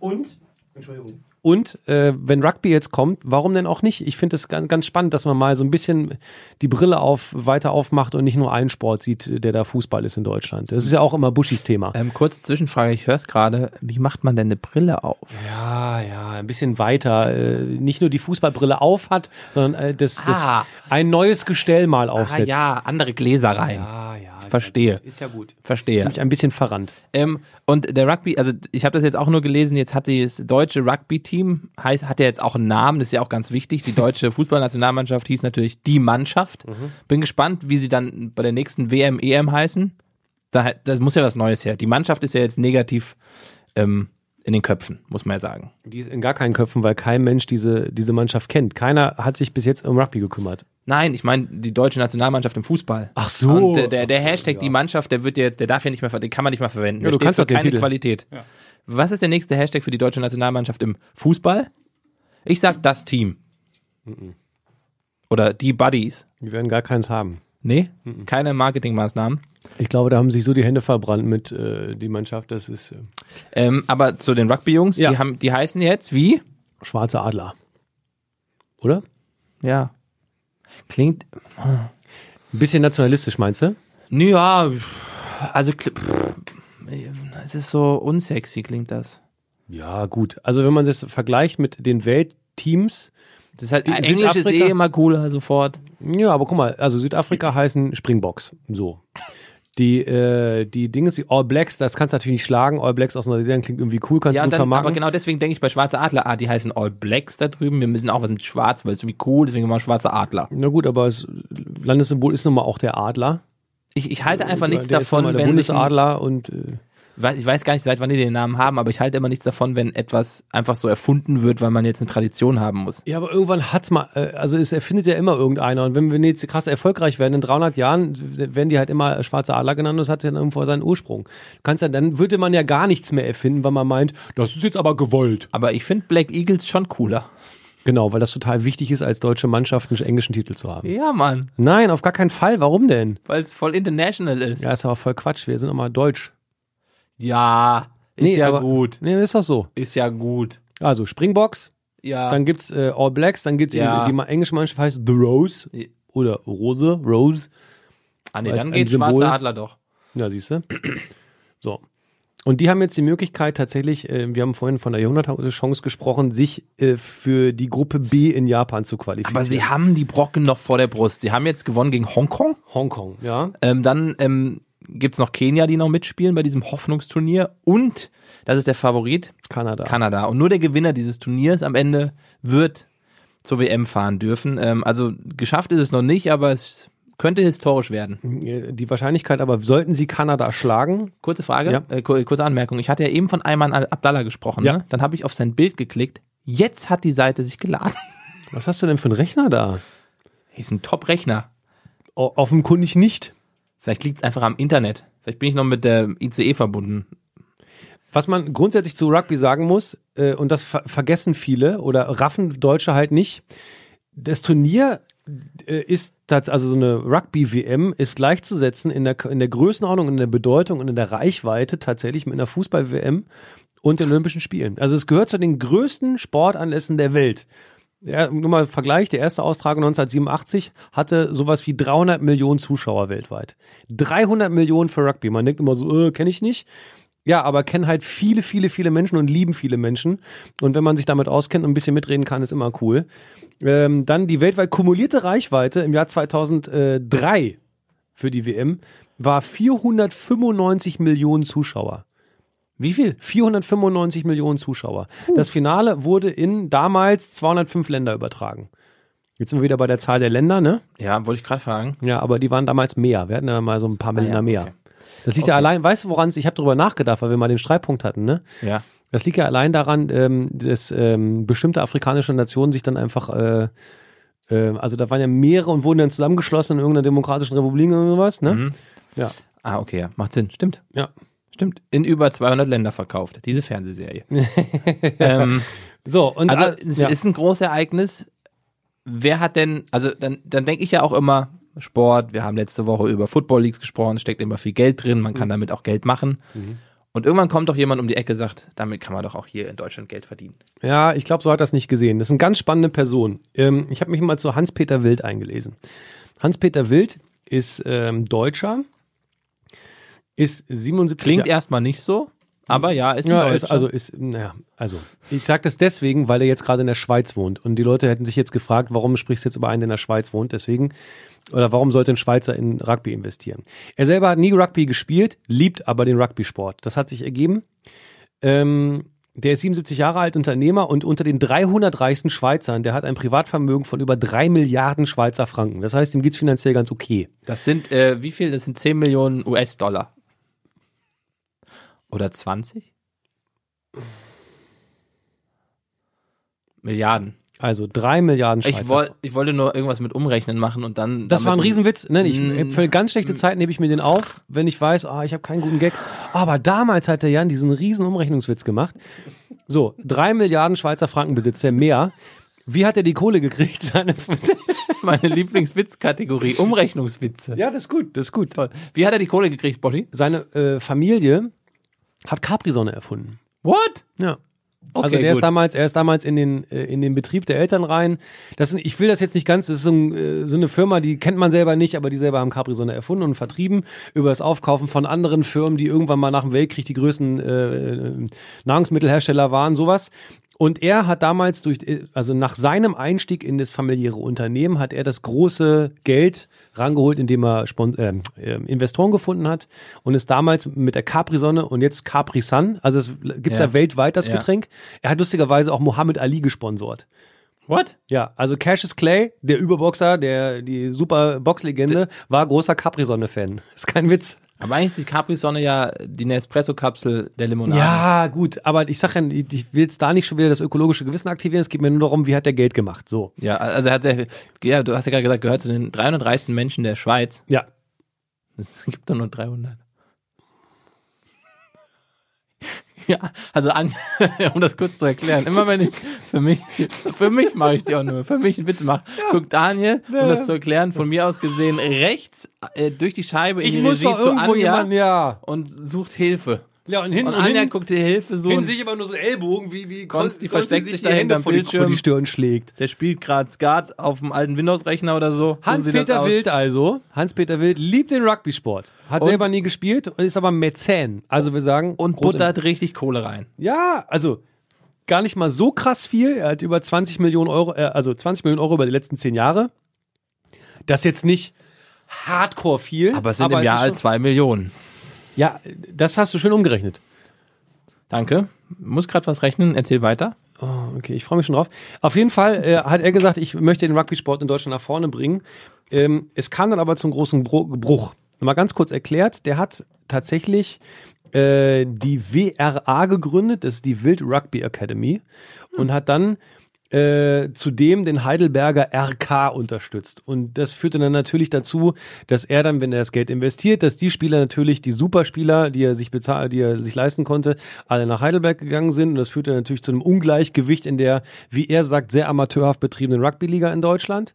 S1: Und, Entschuldigung. Und äh, wenn Rugby jetzt kommt, warum denn auch nicht? Ich finde es ganz, ganz spannend, dass man mal so ein bisschen die Brille auf weiter aufmacht und nicht nur einen Sport sieht, der da Fußball ist in Deutschland. Das ist ja auch immer Buschis Thema.
S2: ähm, kurze Zwischenfrage, ich höre es gerade. Wie macht man denn eine Brille auf?
S1: Ja, Ah, ja, ein bisschen weiter. Äh, nicht nur die Fußballbrille auf hat, sondern äh, das, das
S2: Ah.
S1: ein neues Gestell mal
S2: Ah
S1: aufsetzt.
S2: ja, andere Gläser rein.
S1: ja, ja. Ist
S2: Verstehe.
S1: Ja gut. Ist ja gut.
S2: Verstehe.
S1: Mich ein bisschen verrannt.
S2: Ähm, und der Rugby, also ich habe das jetzt auch nur gelesen, jetzt hat das deutsche Rugby-Team, heißt, hat ja jetzt auch einen Namen, das ist ja auch ganz wichtig. Die deutsche Fußballnationalmannschaft hieß natürlich die Mannschaft. Bin gespannt, wie sie dann bei der nächsten WM, EM heißen. Da, das muss ja was Neues her. Die Mannschaft ist ja jetzt negativ ähm, in den Köpfen, muss man ja sagen.
S1: Die ist in gar keinen Köpfen, weil kein Mensch diese, diese Mannschaft kennt. Keiner hat sich bis jetzt um Rugby gekümmert.
S2: Nein, ich meine die deutsche Nationalmannschaft im Fußball.
S1: Ach so.
S2: Und der, der, der Hashtag die Mannschaft, der wird ja jetzt, der darf ja nicht mehr, ver- den kann man nicht mehr verwenden.
S1: Ja,
S2: Der
S1: du
S2: steht
S1: kannst
S2: für
S1: doch den
S2: keine
S1: Titel.
S2: Qualität. Was ist der nächste Hashtag für die deutsche Nationalmannschaft im Fußball? Ich sag das Team. Oder die Buddies.
S1: Die werden gar keins haben.
S2: Nee, keine Marketingmaßnahmen.
S1: Ich glaube, da haben sich so die Hände verbrannt mit äh, die Mannschaft. Das ist äh,
S2: Ähm, aber zu den Rugby-Jungs,
S1: Ja.
S2: die, haben, die heißen jetzt wie?
S1: schwarze Adler. Oder?
S2: Ja. Klingt,
S1: Ein bisschen nationalistisch, meinst du?
S2: ja, also kli- pff, es ist so unsexy klingt das.
S1: Ja, gut. Also wenn man das vergleicht mit den Welt Teams.
S2: Das ist halt,
S1: Die-
S2: Englisch ist
S1: Äh, Südafrika-
S2: eh immer cooler sofort.
S1: Ja, aber guck mal, also Südafrika heißen Springboks. So. Die, äh, die Dinge, die All Blacks, das kannst du natürlich nicht schlagen. All Blacks aus Neuseeland klingt irgendwie cool, kannst
S2: Ja,
S1: du
S2: und
S1: gut
S2: dann, aber
S1: vermarkten.
S2: genau deswegen denke ich bei Schwarze Adler, ah, die heißen All Blacks da drüben, wir müssen auch was mit Schwarz, weil es irgendwie cool, deswegen machen wir Schwarze Adler.
S1: Na gut, aber das Landessymbol ist nun mal auch der Adler.
S2: Ich, ich halte einfach nichts
S1: Der ist nun mal
S2: davon,
S1: der
S2: wenn sich ein,
S1: Bundesadler und äh,
S2: wei- ich weiß gar nicht, seit wann die den Namen haben, aber ich halte immer nichts davon, wenn etwas einfach so erfunden wird, weil man jetzt eine Tradition haben muss.
S1: Ja, aber irgendwann hat's mal, äh, also es erfindet ja immer irgendeiner. Und wenn wir jetzt krass erfolgreich werden, in 300 Jahren werden die halt immer schwarze Adler genannt und das hat ja dann irgendwo seinen Ursprung. Du Kannst ja, dann würde man ja gar nichts mehr erfinden, weil man meint, das ist jetzt aber gewollt.
S2: Aber ich finde Black Eagles schon cooler.
S1: Genau, weil das total wichtig ist, als deutsche Mannschaft einen englischen Titel zu haben.
S2: Ja, Mann,
S1: Nein, auf gar keinen Fall. Warum denn?
S2: weil es voll international ist.
S1: Ja, ist aber voll Quatsch. Wir sind immer deutsch.
S2: Ja, ist
S1: Nee,
S2: ja
S1: aber-
S2: gut.
S1: Nee, ist doch so.
S2: Ist ja gut.
S1: Also Springboks,
S2: Ja.
S1: dann gibt's äh, All Blacks, dann gibt's
S2: Ja.
S1: die, die, die englische Mannschaft heißt The Rose
S2: Ja.
S1: oder Rose, Rose.
S2: ah, nee,
S1: weiß,
S2: dann
S1: ein
S2: geht
S1: Symbol.
S2: Schwarzer Adler doch.
S1: Ja, siehst du. So. Und die haben jetzt die Möglichkeit tatsächlich, äh, wir haben vorhin von der Jahrhundertchance gesprochen, sich äh, für die Gruppe B in Japan zu qualifizieren.
S2: Aber sie haben die Brocken noch vor der Brust. Sie haben jetzt gewonnen gegen Hongkong.
S1: Hongkong, ja.
S2: Ähm, dann ähm, gibt es noch Kenia, die noch mitspielen bei diesem Hoffnungsturnier. Und, das ist der Favorit,
S1: Kanada.
S2: Kanada. Und nur der Gewinner dieses Turniers am Ende wird zur WM fahren dürfen. Ähm, also geschafft ist es noch nicht, aber es könnte historisch werden.
S1: Äh, die Wahrscheinlichkeit aber, sollten sie Kanada schlagen?
S2: Kurze Frage,
S1: Ja.
S2: äh, kur- kurze Anmerkung. Ich hatte ja eben von Ayman Abdallah gesprochen.
S1: Ja.
S2: Ne? Dann habe ich auf sein Bild geklickt. Jetzt hat die Seite sich geladen.
S1: Was hast du denn für einen Rechner da?
S2: Ist ein Top-Rechner.
S1: O offenkundig nicht.
S2: Vielleicht liegt es einfach am Internet. Vielleicht bin ich noch mit der ICE verbunden.
S1: Was man grundsätzlich zu Rugby sagen muss, äh, und das ver vergessen viele oder raffen Deutsche halt nicht, das Turnier äh, ist, tats- also so eine Rugby-WM ist gleichzusetzen in der, K- in der Größenordnung, in der Bedeutung und in der Reichweite tatsächlich mit einer Fußball-WM und den Olympischen Spielen. Also es gehört zu den größten Sportanlässen der Welt. Ja, nur mal Vergleich, der erste Austrag 1987 hatte sowas wie 300 Millionen Zuschauer weltweit. 300 Millionen für Rugby. Man denkt immer so, äh, kenne ich nicht. Ja, aber kennen halt viele, viele, viele Menschen und lieben viele Menschen. Und wenn man sich damit auskennt und ein bisschen mitreden kann, ist immer cool. Ähm, dann die weltweit kumulierte Reichweite im Jahr 2003 für die WM war 495 Millionen Zuschauer.
S2: Wie viel?
S1: 495 Millionen Zuschauer. Das Finale wurde in damals 205 Länder übertragen. Jetzt sind wir wieder bei der Zahl der Länder, ne?
S2: Ja, wollte ich gerade fragen.
S1: Ja, aber die waren damals mehr. Wir hatten ja mal so ein paar Länder
S2: Ah ja,
S1: mehr.
S2: okay.
S1: Das liegt ja allein, weißt du, woran es, ich habe drüber nachgedacht, weil wir mal den Streitpunkt hatten, ne?
S2: Ja.
S1: Das liegt ja allein daran, ähm, dass ähm, bestimmte afrikanische Nationen sich dann einfach, äh, äh, also da waren ja mehrere und wurden dann zusammengeschlossen in irgendeiner demokratischen Republik oder sowas,
S2: Mhm.
S1: ne? Ja,
S2: Ah, okay, ja. Macht Sinn. Stimmt.
S1: ja.
S2: Stimmt. In über 200 Länder verkauft, diese Fernsehserie. ähm,
S1: So, und
S2: also,
S1: all-
S2: es
S1: ja.
S2: ist ein großes Ereignis. Wer hat denn, also dann, dann denke ich ja auch immer, Sport, wir haben letzte Woche über Football Leagues gesprochen, steckt immer viel Geld drin, man
S1: Mhm.
S2: kann damit auch Geld machen. Und irgendwann kommt doch jemand um die Ecke, sagt, damit kann man doch auch hier in Deutschland Geld verdienen.
S1: Ja, ich glaube, so hat das nicht gesehen. Das ist eine ganz spannende Person. Ähm, ich habe mich mal zu Hans-Peter Wild eingelesen. Hans-Peter Wild ist ähm, Deutscher, ist 77
S2: Klingt
S1: Jahre-
S2: erstmal nicht so, aber ja, ist ein
S1: ja,
S2: Deutscher.
S1: ist, also ist, naja, also ich sage das deswegen, weil er jetzt gerade in der Schweiz wohnt und die Leute hätten sich jetzt gefragt, warum sprichst du jetzt über einen, der in der Schweiz wohnt, deswegen oder warum sollte ein Schweizer in Rugby investieren? Er selber hat nie Rugby gespielt, liebt aber den Rugby-Sport. Das hat sich ergeben. Ähm, der ist 77 Jahre alt, Unternehmer und unter den 300 reichsten Schweizern, der hat ein Privatvermögen von über drei Milliarden Schweizer Franken. Das heißt, ihm geht's finanziell ganz okay.
S2: Das sind, äh, wie viel? Das sind 10 Millionen US-Dollar. Oder 20? Milliarden.
S1: Also drei Milliarden Schweizer
S2: Ich, woll, ich wollte nur irgendwas mit Umrechnen machen und dann.
S1: Das war ein
S2: damit-
S1: Riesenwitz. Nein, ich,
S2: Mm.
S1: für ganz schlechte Zeiten hebe ich mir den auf, wenn ich weiß, ah, ich habe keinen guten Gag. Aber damals hat der Jan diesen riesen Umrechnungswitz gemacht. So, drei Milliarden Schweizer Franken besitzt er mehr. Wie hat er die Kohle gekriegt? Seine
S2: Das ist meine Lieblingswitzkategorie. Umrechnungswitze.
S1: ja, das ist gut, das ist gut. Toll.
S2: Wie hat er die Kohle gekriegt, Botti?
S1: Seine äh, Familie hat Capri-Sonne erfunden.
S2: What?
S1: Ja.
S2: Okay,
S1: also der
S2: gut.
S1: ist damals, er ist damals in den äh, in den Betrieb der Eltern rein. Das sind, ich will das jetzt nicht ganz. Das ist so, ein, äh, so eine Firma, die kennt man selber nicht, aber die selber haben Capri-Sonne erfunden und vertrieben über das Aufkaufen von anderen Firmen, die irgendwann mal nach dem Weltkrieg die größten äh, Nahrungsmittelhersteller waren, sowas. Und er hat damals durch, also nach seinem Einstieg in das familiäre Unternehmen, hat er das große Geld rangeholt, indem er Spon äh, äh, Investoren gefunden hat und ist damals mit der Capri-Sonne und jetzt Capri-Sun, also es gibt ja.
S2: Ja.
S1: ja weltweit das
S2: Ja.
S1: Getränk. Er hat lustigerweise auch Mohammed Ali gesponsort.
S2: What?
S1: Ja, also Cassius Clay, der Überboxer, der die super Boxlegende, war großer Capri-Sonne-Fan. Ist kein Witz.
S2: Aber eigentlich ist die Capri-Sonne ja die Nespresso-Kapsel der Limonade.
S1: Ja, gut, aber ich sag ja, ich ich will jetzt da nicht schon wieder das ökologische Gewissen aktivieren. Es geht mir nur darum, wie hat der Geld gemacht. So.
S2: Ja, also er hat er, ja, du hast ja gerade gesagt, gehört zu den 300 reichsten Menschen der Schweiz.
S1: Ja.
S2: Es gibt doch nur 300. Ja, also an, um das kurz zu erklären, immer wenn ich für mich für mich mache ich die auch nur, für mich einen Witz mache. Guck Daniel, um das zu erklären, von mir aus gesehen rechts äh, durch die Scheibe in
S1: Ich
S2: die
S1: muss
S2: Regie
S1: doch
S2: zu
S1: irgendwo
S2: Anja
S1: jemanden, ja.
S2: und sucht Hilfe.
S1: Ja, und hinten
S2: Und Anja guckt die Hilfe so,
S1: in
S2: und
S1: sich immer nur so Ellbogen, wie, wie
S2: Konsti versteckt sich da hinterm
S1: vor die, vor die
S2: Bildschirm.
S1: Stirn schlägt.
S2: der spielt gerade Skat auf dem alten Windows-Rechner oder so. So sieht das
S1: Hans-Peter
S2: aus.
S1: Wild also, Hans-Peter Wild liebt den Rugby-Sport, hat
S2: Und-
S1: selber nie gespielt und ist aber Mäzen. Also wir sagen...
S2: und
S1: groß-
S2: buttert richtig Kohle rein.
S1: Ja, also gar nicht mal so krass viel. Er hat über 20 Millionen Euro, äh, also 20 Millionen Euro über die letzten 10 Jahre. Das jetzt nicht hardcore viel.
S2: Aber es sind im Jahr
S1: ist
S2: halt
S1: schon-
S2: zwei Millionen.
S1: Ja, das hast du schön umgerechnet.
S2: Danke. Muss gerade was rechnen, erzähl weiter.
S1: Oh, okay, ich freue mich schon drauf. Auf jeden Fall äh, hat er gesagt, ich möchte den Rugby-Sport in Deutschland nach vorne bringen. Ähm, es kam dann aber zum großen Bru- Bruch. Mal ganz kurz erklärt, der hat tatsächlich äh, die WRA gegründet, das ist die Wild Rugby Academy, und hat dann äh, zudem den Heidelberger RK unterstützt. Und das führte dann natürlich dazu, dass er dann, wenn er das Geld investiert, dass die Spieler natürlich, die Superspieler, die er sich bezahlt, die er sich leisten konnte, alle nach Heidelberg gegangen sind. Und das führte natürlich zu einem Ungleichgewicht in der, wie er sagt, sehr amateurhaft betriebenen Rugby-Liga in Deutschland.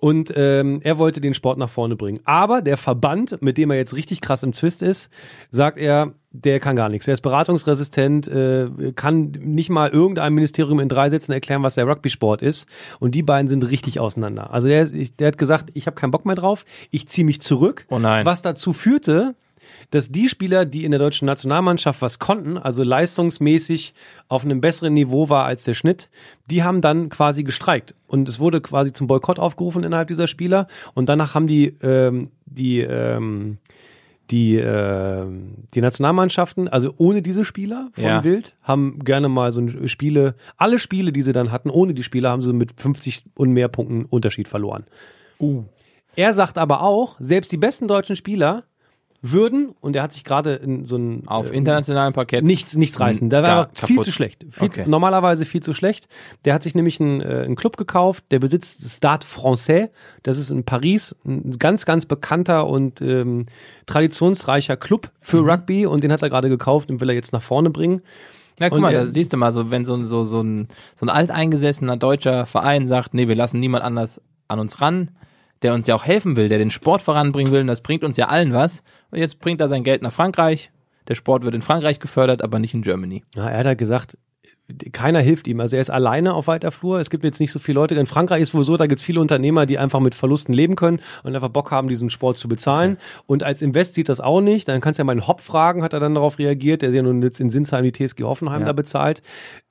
S1: Und ähm, er wollte den Sport nach vorne bringen. Aber der Verband, mit dem er jetzt richtig krass im Zwist ist, sagt er, der kann gar nichts. Er ist beratungsresistent, äh, kann nicht mal irgendeinem Ministerium in drei Sätzen erklären, was der Rugby-Sport ist. Und die beiden sind richtig auseinander. Also der, ist- ich, der hat gesagt, ich habe keinen Bock mehr drauf, ich ziehe mich zurück.
S2: Oh nein.
S1: Was dazu führte, dass die Spieler, die in der deutschen Nationalmannschaft was konnten, also leistungsmäßig auf einem besseren Niveau war als der Schnitt, die haben dann quasi gestreikt. Und es wurde quasi zum Boykott aufgerufen innerhalb dieser Spieler. Und danach haben die, ähm, die, ähm, die, ähm, die Nationalmannschaften, also ohne diese Spieler von
S2: Ja.
S1: Wild, haben gerne mal so ein Spiele, alle Spiele, die sie dann hatten, ohne die Spieler, haben sie mit 50 und mehr Punkten Unterschied verloren. Er sagt aber auch, selbst die besten deutschen Spieler würden, und er hat sich gerade in so ein äh,
S2: Auf internationalem Parkett.
S1: nichts, nichts reißen. Da
S2: Gar
S1: war er viel
S2: kaputt.
S1: zu schlecht. Viel,
S2: Okay.
S1: Normalerweise viel zu schlecht. Der hat sich nämlich einen, äh, einen Club gekauft, der besitzt Stade Français. Das ist in Paris ein ganz, ganz bekannter und ähm, traditionsreicher Club für
S2: Mhm.
S1: Rugby und den hat er gerade gekauft und will er jetzt nach vorne bringen.
S2: Ja, guck
S1: Und
S2: mal,
S1: er-
S2: da siehst du mal, so, wenn so, ein- so, so, ein, so ein alteingesessener deutscher Verein sagt, nee, wir lassen niemand anders an uns ran, der uns ja auch helfen will, der den Sport voranbringen will, und das bringt uns ja allen was. Und jetzt bringt er sein Geld nach Frankreich. Der Sport wird in Frankreich gefördert, aber nicht in Germany.
S1: Ja, er hat halt gesagt, keiner hilft ihm. Also er ist alleine auf weiter Flur. Es gibt jetzt nicht so viele Leute. In Frankreich ist wohl so, da gibt es viele Unternehmer, die einfach mit Verlusten leben können und einfach Bock haben, diesen Sport zu bezahlen. Und als Invest sieht das auch nicht. Dann kannst du ja meinen Hopp fragen, hat er dann darauf reagiert, der ja nun jetzt in Sinsheim die TSG Hoffenheim
S2: Ja.
S1: da bezahlt.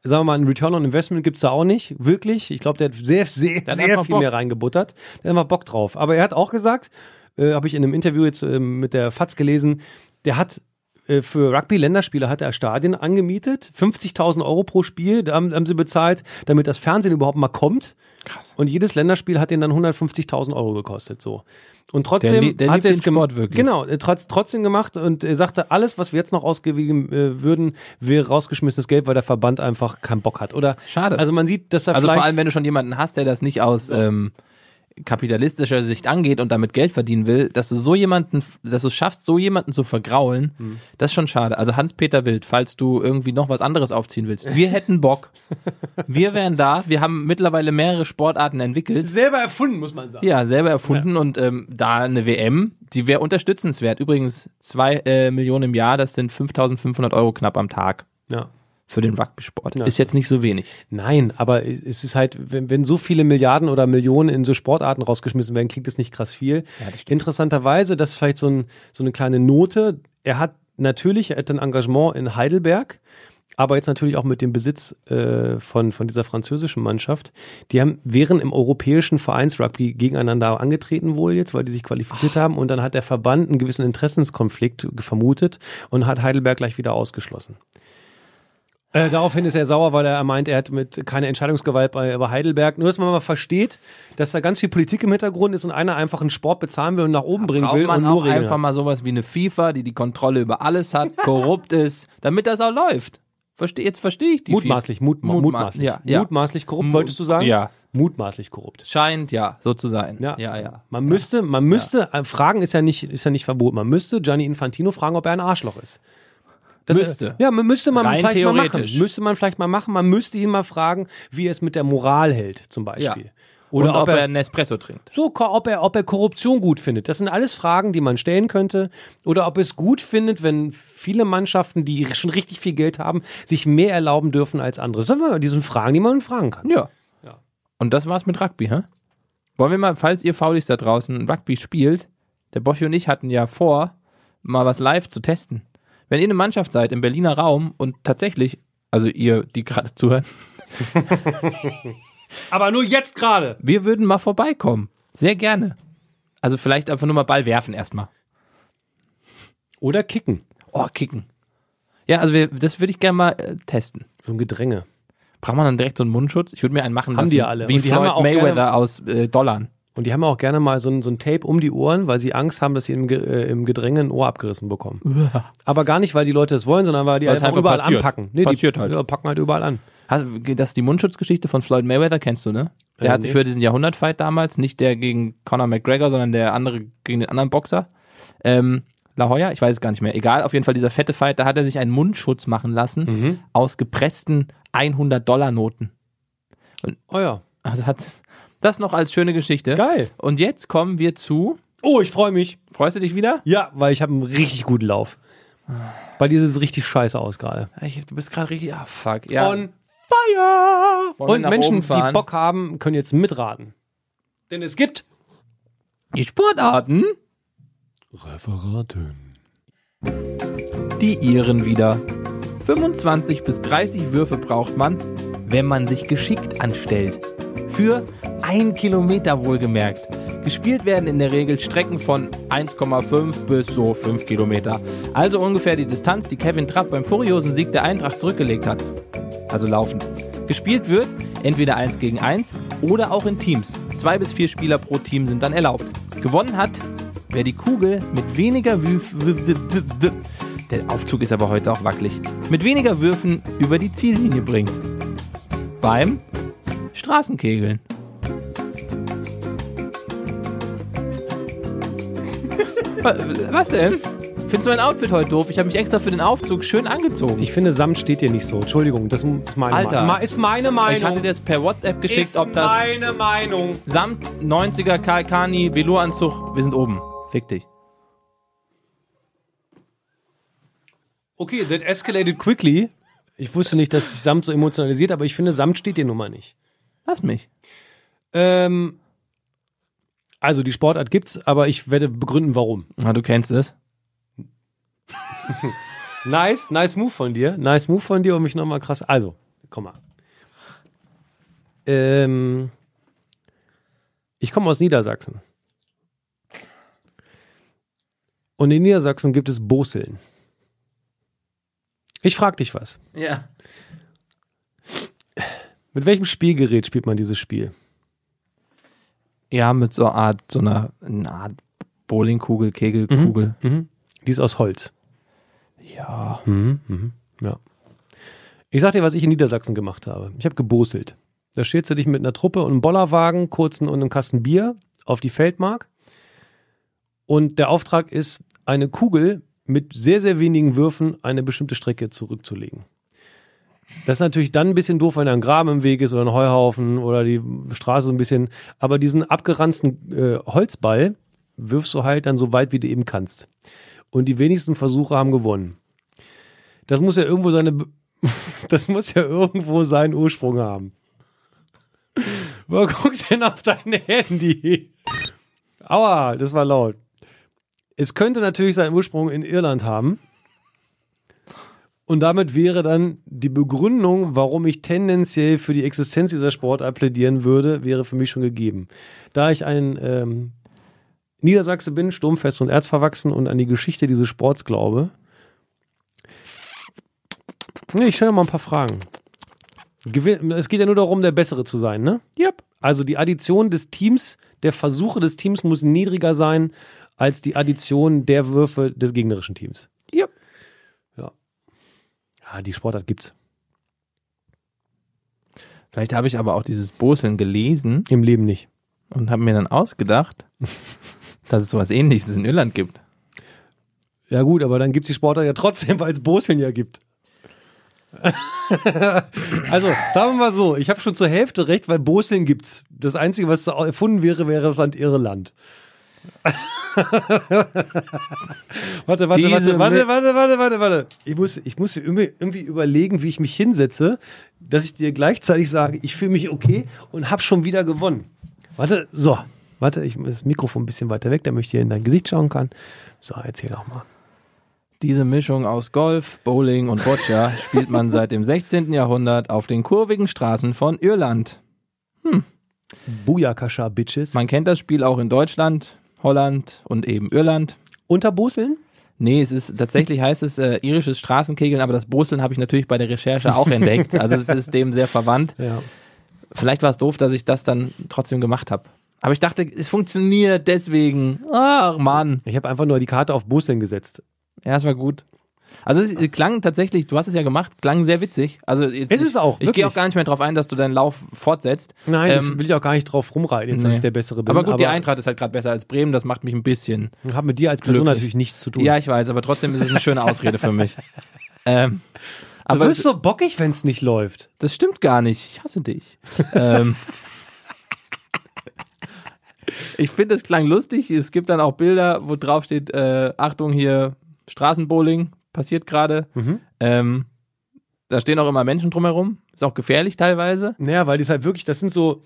S1: Sagen wir mal, ein Return on Investment gibt's da auch nicht. Wirklich. Ich glaube, der hat sehr, sehr,
S2: hat
S1: sehr
S2: einfach
S1: viel
S2: Bock.
S1: mehr reingebuttert. Der hat einfach Bock drauf. Aber er hat auch gesagt, äh, habe ich in einem Interview jetzt ähm, mit der FAZ gelesen, der hat äh, für Rugby-Länderspiele hat er Stadien angemietet, 50.000 Euro pro Spiel da haben, haben sie bezahlt, damit das Fernsehen überhaupt mal kommt.
S2: Krass.
S1: Und jedes Länderspiel hat ihn dann 150.000 Euro gekostet. So. Und trotzdem
S2: Der lie- der
S1: hat
S2: liebt
S1: er
S2: den
S1: es gem-
S2: Sport wirklich.
S1: Genau, äh, trotz, trotzdem gemacht und er sagte, alles, was wir jetzt noch ausgewiesen äh, würden, wäre rausgeschmissenes Geld, weil der Verband einfach keinen Bock hat. Oder
S2: Schade.
S1: Also man sieht, dass er
S2: Also
S1: vielleicht
S2: vor allem, wenn du schon jemanden hast, der das nicht aus ähm, kapitalistischer Sicht angeht und damit Geld verdienen will, dass du so jemanden, dass du es schaffst, so jemanden zu vergraulen, das ist schon schade. Also Hans-Peter Wild, falls du irgendwie noch was anderes aufziehen willst, wir hätten Bock. wir wären da. Wir haben mittlerweile mehrere Sportarten entwickelt.
S1: selber erfunden, muss man sagen.
S2: Ja, selber erfunden und ähm, da eine WM, die wäre unterstützenswert. Übrigens zwei äh, Millionen im Jahr, das sind 5.500 Euro knapp am Tag
S1: Ja.
S2: für den Rugby-Sport. Ist jetzt nicht so wenig.
S1: Nein, aber es ist halt, wenn, wenn so viele Milliarden oder Millionen in so Sportarten rausgeschmissen werden, klingt das nicht krass viel. Interessanterweise, das ist vielleicht so, ein, so eine kleine Note. Er hat natürlich er hat ein Engagement in Heidelberg, aber jetzt natürlich auch mit dem Besitz äh, von, von dieser französischen Mannschaft. Die haben, wären im europäischen Vereinsrugby gegeneinander angetreten wohl jetzt, weil die sich qualifiziert haben und dann hat der Verband einen gewissen Interessenskonflikt vermutet und hat Heidelberg gleich wieder ausgeschlossen. Äh, daraufhin ist er sauer, weil er meint, er hat mit keine Entscheidungsgewalt bei, bei Heidelberg. Nur, dass man mal versteht, dass da ganz viel Politik im Hintergrund ist und einer einfach einen Sport bezahlen will und nach oben bringen
S2: Braucht
S1: will und
S2: man
S1: nur
S2: auch
S1: Regeln
S2: einfach
S1: hat.
S2: mal sowas wie eine FIFA, die die Kontrolle über alles hat, korrupt ist, damit das auch läuft. Verste jetzt verstehe ich die
S1: Mutmaßlich, mut,
S2: Mutma-
S1: mutmaßlich.
S2: ja, ja.
S1: Mutmaßlich korrupt,
S2: Mu-
S1: wolltest du sagen?
S2: ja.
S1: Mutmaßlich korrupt.
S2: FIFA. Scheint ja so zu sein.
S1: Ja,
S2: ja. ja.
S1: Man müsste, man müsste, äh, fragen ist ja nicht, ist ja nicht verboten. Man müsste Gianni Infantino fragen, ob er ein Arschloch ist. Das äh,
S2: Müsste.
S1: Ja, man müsste man
S2: Rein
S1: vielleicht mal machen.
S2: theoretisch.
S1: Müsste man vielleicht mal machen. Man müsste ihn mal fragen, wie er es mit der Moral hält, zum Beispiel.
S2: Ja.
S1: Oder
S2: Und ob er einen Espresso trinkt.
S1: So, ko- ob er, ob er Korruption gut findet. Das sind alles Fragen, die man stellen könnte. Oder ob es gut findet, wenn viele Mannschaften, die schon richtig viel Geld haben, sich mehr erlauben dürfen als andere. Das sind wir- die sind Fragen, die man fragen kann.
S2: Ja. Und das war's mit Rugby, hä? Wollen wir mal, falls ihr Faulis da draußen Rugby spielt, der Boschi und ich hatten ja vor, mal was live zu testen. Wenn ihr eine Mannschaft seid im Berliner Raum und tatsächlich, also ihr, die gerade zuhören,
S1: Aber nur jetzt gerade.
S2: wir würden mal vorbeikommen. Sehr gerne. Also vielleicht einfach nur mal Ball werfen erstmal.
S1: Oder kicken.
S2: Oh, kicken. Ja, also wir, das würde ich gerne mal äh, testen.
S1: So ein Gedränge.
S2: Braucht man dann direkt so einen Mundschutz? Ich würde mir einen machen
S1: Haben
S2: lassen.
S1: die ja alle.
S2: Wie
S1: Und die haben ja
S2: Floyd
S1: auch
S2: Mayweather
S1: gerne-
S2: aus äh, Dollarn.
S1: Und die haben auch gerne mal so ein, so ein Tape um die Ohren, weil sie Angst haben, dass sie im, Ge- äh, im Gedränge ein Ohr abgerissen bekommen. Aber gar nicht, weil die Leute es wollen, sondern weil die
S2: Weil
S1: einfach,
S2: es einfach
S1: überall
S2: passiert.
S1: anpacken.
S2: Passiert
S1: die,
S2: halt.
S1: Ja, packen halt überall an.
S2: Hast, das die Mundschutzgeschichte von Floyd Mayweather kennst du, ne? Der
S1: Äh,
S2: hat sich
S1: nee.
S2: für diesen Jahrhundertfight damals, nicht der gegen Conor McGregor, sondern der andere gegen den anderen Boxer, ähm, La Hoya, ich weiß es gar nicht mehr. Egal, auf jeden Fall dieser fette Fight, da hat er sich einen Mundschutz machen lassen
S1: Mhm.
S2: aus gepressten 100-Dollar-Noten.
S1: Oh ja.
S2: Also hat das noch als schöne Geschichte.
S1: Geil.
S2: Und jetzt kommen wir zu.
S1: Oh, ich freue mich.
S2: Freust du dich wieder?
S1: Ja, weil ich habe einen richtig guten Lauf. Bei dir sieht es richtig scheiße aus gerade.
S2: Ich, du bist gerade richtig. Ah, fuck. Ja.
S1: On fire!
S2: Wollen wir
S1: Und
S2: nach
S1: Menschen,
S2: oben fahren?
S1: die Bock haben, können jetzt mitraten. Denn es gibt
S2: die Sportarten,
S1: Referaten.
S2: die Iren wieder. 25 bis 30 Würfe braucht man, wenn man sich geschickt anstellt. Für ein Kilometer wohlgemerkt. Gespielt werden in der Regel Strecken von 1,5 bis so 5 Kilometer. Also ungefähr die Distanz, die Kevin Trapp beim furiosen Sieg der Eintracht zurückgelegt hat. also laufend. Gespielt wird entweder 1 gegen 1 oder auch in Teams. Zwei bis vier Spieler pro Team sind dann erlaubt. Gewonnen hat, wer die Kugel mit weniger Würfen. Der Aufzug ist aber heute auch wackelig. Mit weniger Würfen über die Ziellinie bringt. Beim Straßenkegeln. Wa- Was denn? Findest du mein Outfit heute doof? Ich habe mich extra für den Aufzug schön angezogen.
S1: Ich finde, Samt steht dir nicht so. Entschuldigung, das ist meine
S2: Alter.
S1: Meinung. Ist meine Meinung.
S2: Ich hatte dir das per WhatsApp geschickt,
S1: ist
S2: ob das
S1: meine Meinung.
S2: samt 90er Kalkani Velour-Anzug. Wir sind oben. Fick dich.
S1: Okay, that escalated quickly. Ich wusste nicht, dass sich Samt so emotionalisiert, aber ich finde, Samt steht dir nun mal nicht.
S2: Lass mich.
S1: Ähm, also die Sportart gibt's, aber ich werde begründen, warum.
S2: Ah, du kennst es.
S1: Nice, nice Move von dir. Nice Move von dir, um mich nochmal krass. Also, komm mal. Ähm, ich komme aus Niedersachsen. Und in Niedersachsen gibt es Boseln. Ich frag dich was.
S2: Ja.
S1: Mit welchem Spielgerät spielt man dieses Spiel?
S2: Ja, mit so einer Art, so einer, einer Art Bowlingkugel, Kegelkugel.
S1: Mhm. Die ist aus Holz. Mhm.
S2: Ja.
S1: Ja. Ich sag dir, was ich in Niedersachsen gemacht habe. Ich habe geboselt. Da stellst du dich mit einer Truppe und einem Bollerwagen, kurzen und einem Kasten Bier auf die Feldmark. Und der Auftrag ist, eine Kugel mit sehr, sehr wenigen Würfen eine bestimmte Strecke zurückzulegen. Das ist natürlich dann ein bisschen doof, wenn da ein Graben im Weg ist oder ein Heuhaufen oder die Straße so ein bisschen. Aber diesen abgeranzten äh, Holzball wirfst du halt dann so weit, wie du eben kannst. Und die wenigsten Versuche haben gewonnen. Das muss ja irgendwo seine. Be- Das muss ja irgendwo seinen Ursprung haben. Wo guckst denn auf dein Handy? Aua, das war laut. Es könnte natürlich seinen Ursprung in Irland haben. Und damit wäre dann die Begründung, warum ich tendenziell für die Existenz dieser Sportart plädieren würde, wäre für mich schon gegeben. Da ich ein ähm, Niedersachse bin, sturmfest und erzverwachsen und an die Geschichte dieses Sports glaube. Nee, ich stelle mal ein paar Fragen. Gewin es geht ja nur darum, der Bessere zu sein, ne?
S2: Yep.
S1: Also die Addition des Teams, der Versuche des Teams muss niedriger sein als die Addition der Würfe des gegnerischen Teams.
S2: Yep.
S1: Ja, die Sportart gibt's.
S2: Vielleicht habe ich aber auch dieses Boseln gelesen
S1: Im Leben nicht.
S2: und habe mir dann ausgedacht, dass es sowas ähnliches in Irland gibt.
S1: Ja gut, aber dann gibt's die Sportart ja trotzdem, weil es Boseln ja gibt. also, sagen wir mal so, ich habe schon zur Hälfte recht, weil Boseln gibt's. Das Einzige, was da erfunden wäre, wäre das Land Irland. warte, warte,
S2: Diese
S1: warte, warte,
S2: Mi-
S1: warte, warte, warte, warte. Ich muss, ich muss irgendwie irgendwie überlegen, wie ich mich hinsetze, dass ich dir gleichzeitig sage, ich fühle mich okay und habe schon wieder gewonnen. Warte, so, warte, ich muss das Mikrofon ein bisschen weiter weg, damit ich dir in dein Gesicht schauen kann. So, erzähl doch mal.
S2: Diese Mischung aus Golf, Bowling und Boccia spielt man seit dem 16. Jahrhundert auf den kurvigen Straßen von Irland.
S1: Booyakascha, Bitches.
S2: Man kennt das Spiel auch in Deutschland, Holland und eben Irland.
S1: Unter Boseln?
S2: Nee, es ist tatsächlich heißt es äh, irisches Straßenkegeln, aber das Boseln habe ich natürlich bei der Recherche auch entdeckt. Also es ist dem sehr verwandt.
S1: Ja.
S2: Vielleicht war es doof, dass ich das dann trotzdem gemacht habe. Aber ich dachte, es funktioniert deswegen. Ach Mann.
S1: Ich habe einfach nur die Karte auf Boseln gesetzt.
S2: Ja, es war gut. Also es, es klang tatsächlich, du hast es ja gemacht, klang sehr witzig. Also jetzt,
S1: Es ist auch,
S2: Ich, ich
S1: wirklich.
S2: gehe auch gar nicht mehr drauf ein, dass du deinen Lauf fortsetzt.
S1: Nein,
S2: Ähm,
S1: das will ich auch gar nicht drauf rumreiten, jetzt dass
S2: nee.
S1: ich der bessere bin.
S2: aber gut, die Eintracht ist halt gerade besser als Bremen, das macht mich ein bisschen.
S1: Hat mit dir als Person
S2: Glücklich.
S1: natürlich nichts zu tun.
S2: Ja, ich weiß, aber trotzdem ist es eine schöne Ausrede für mich. Ähm,
S1: du
S2: aber
S1: wirst so bockig, wenn es nicht läuft.
S2: Das stimmt gar nicht. Ich hasse dich. ähm, ich finde, es klang lustig. Es gibt dann auch Bilder, wo drauf steht, äh, Achtung hier, Straßenbowling, passiert gerade. Ähm, da stehen auch immer Menschen drumherum. Ist auch gefährlich teilweise.
S1: Naja, weil die ist halt wirklich, das sind so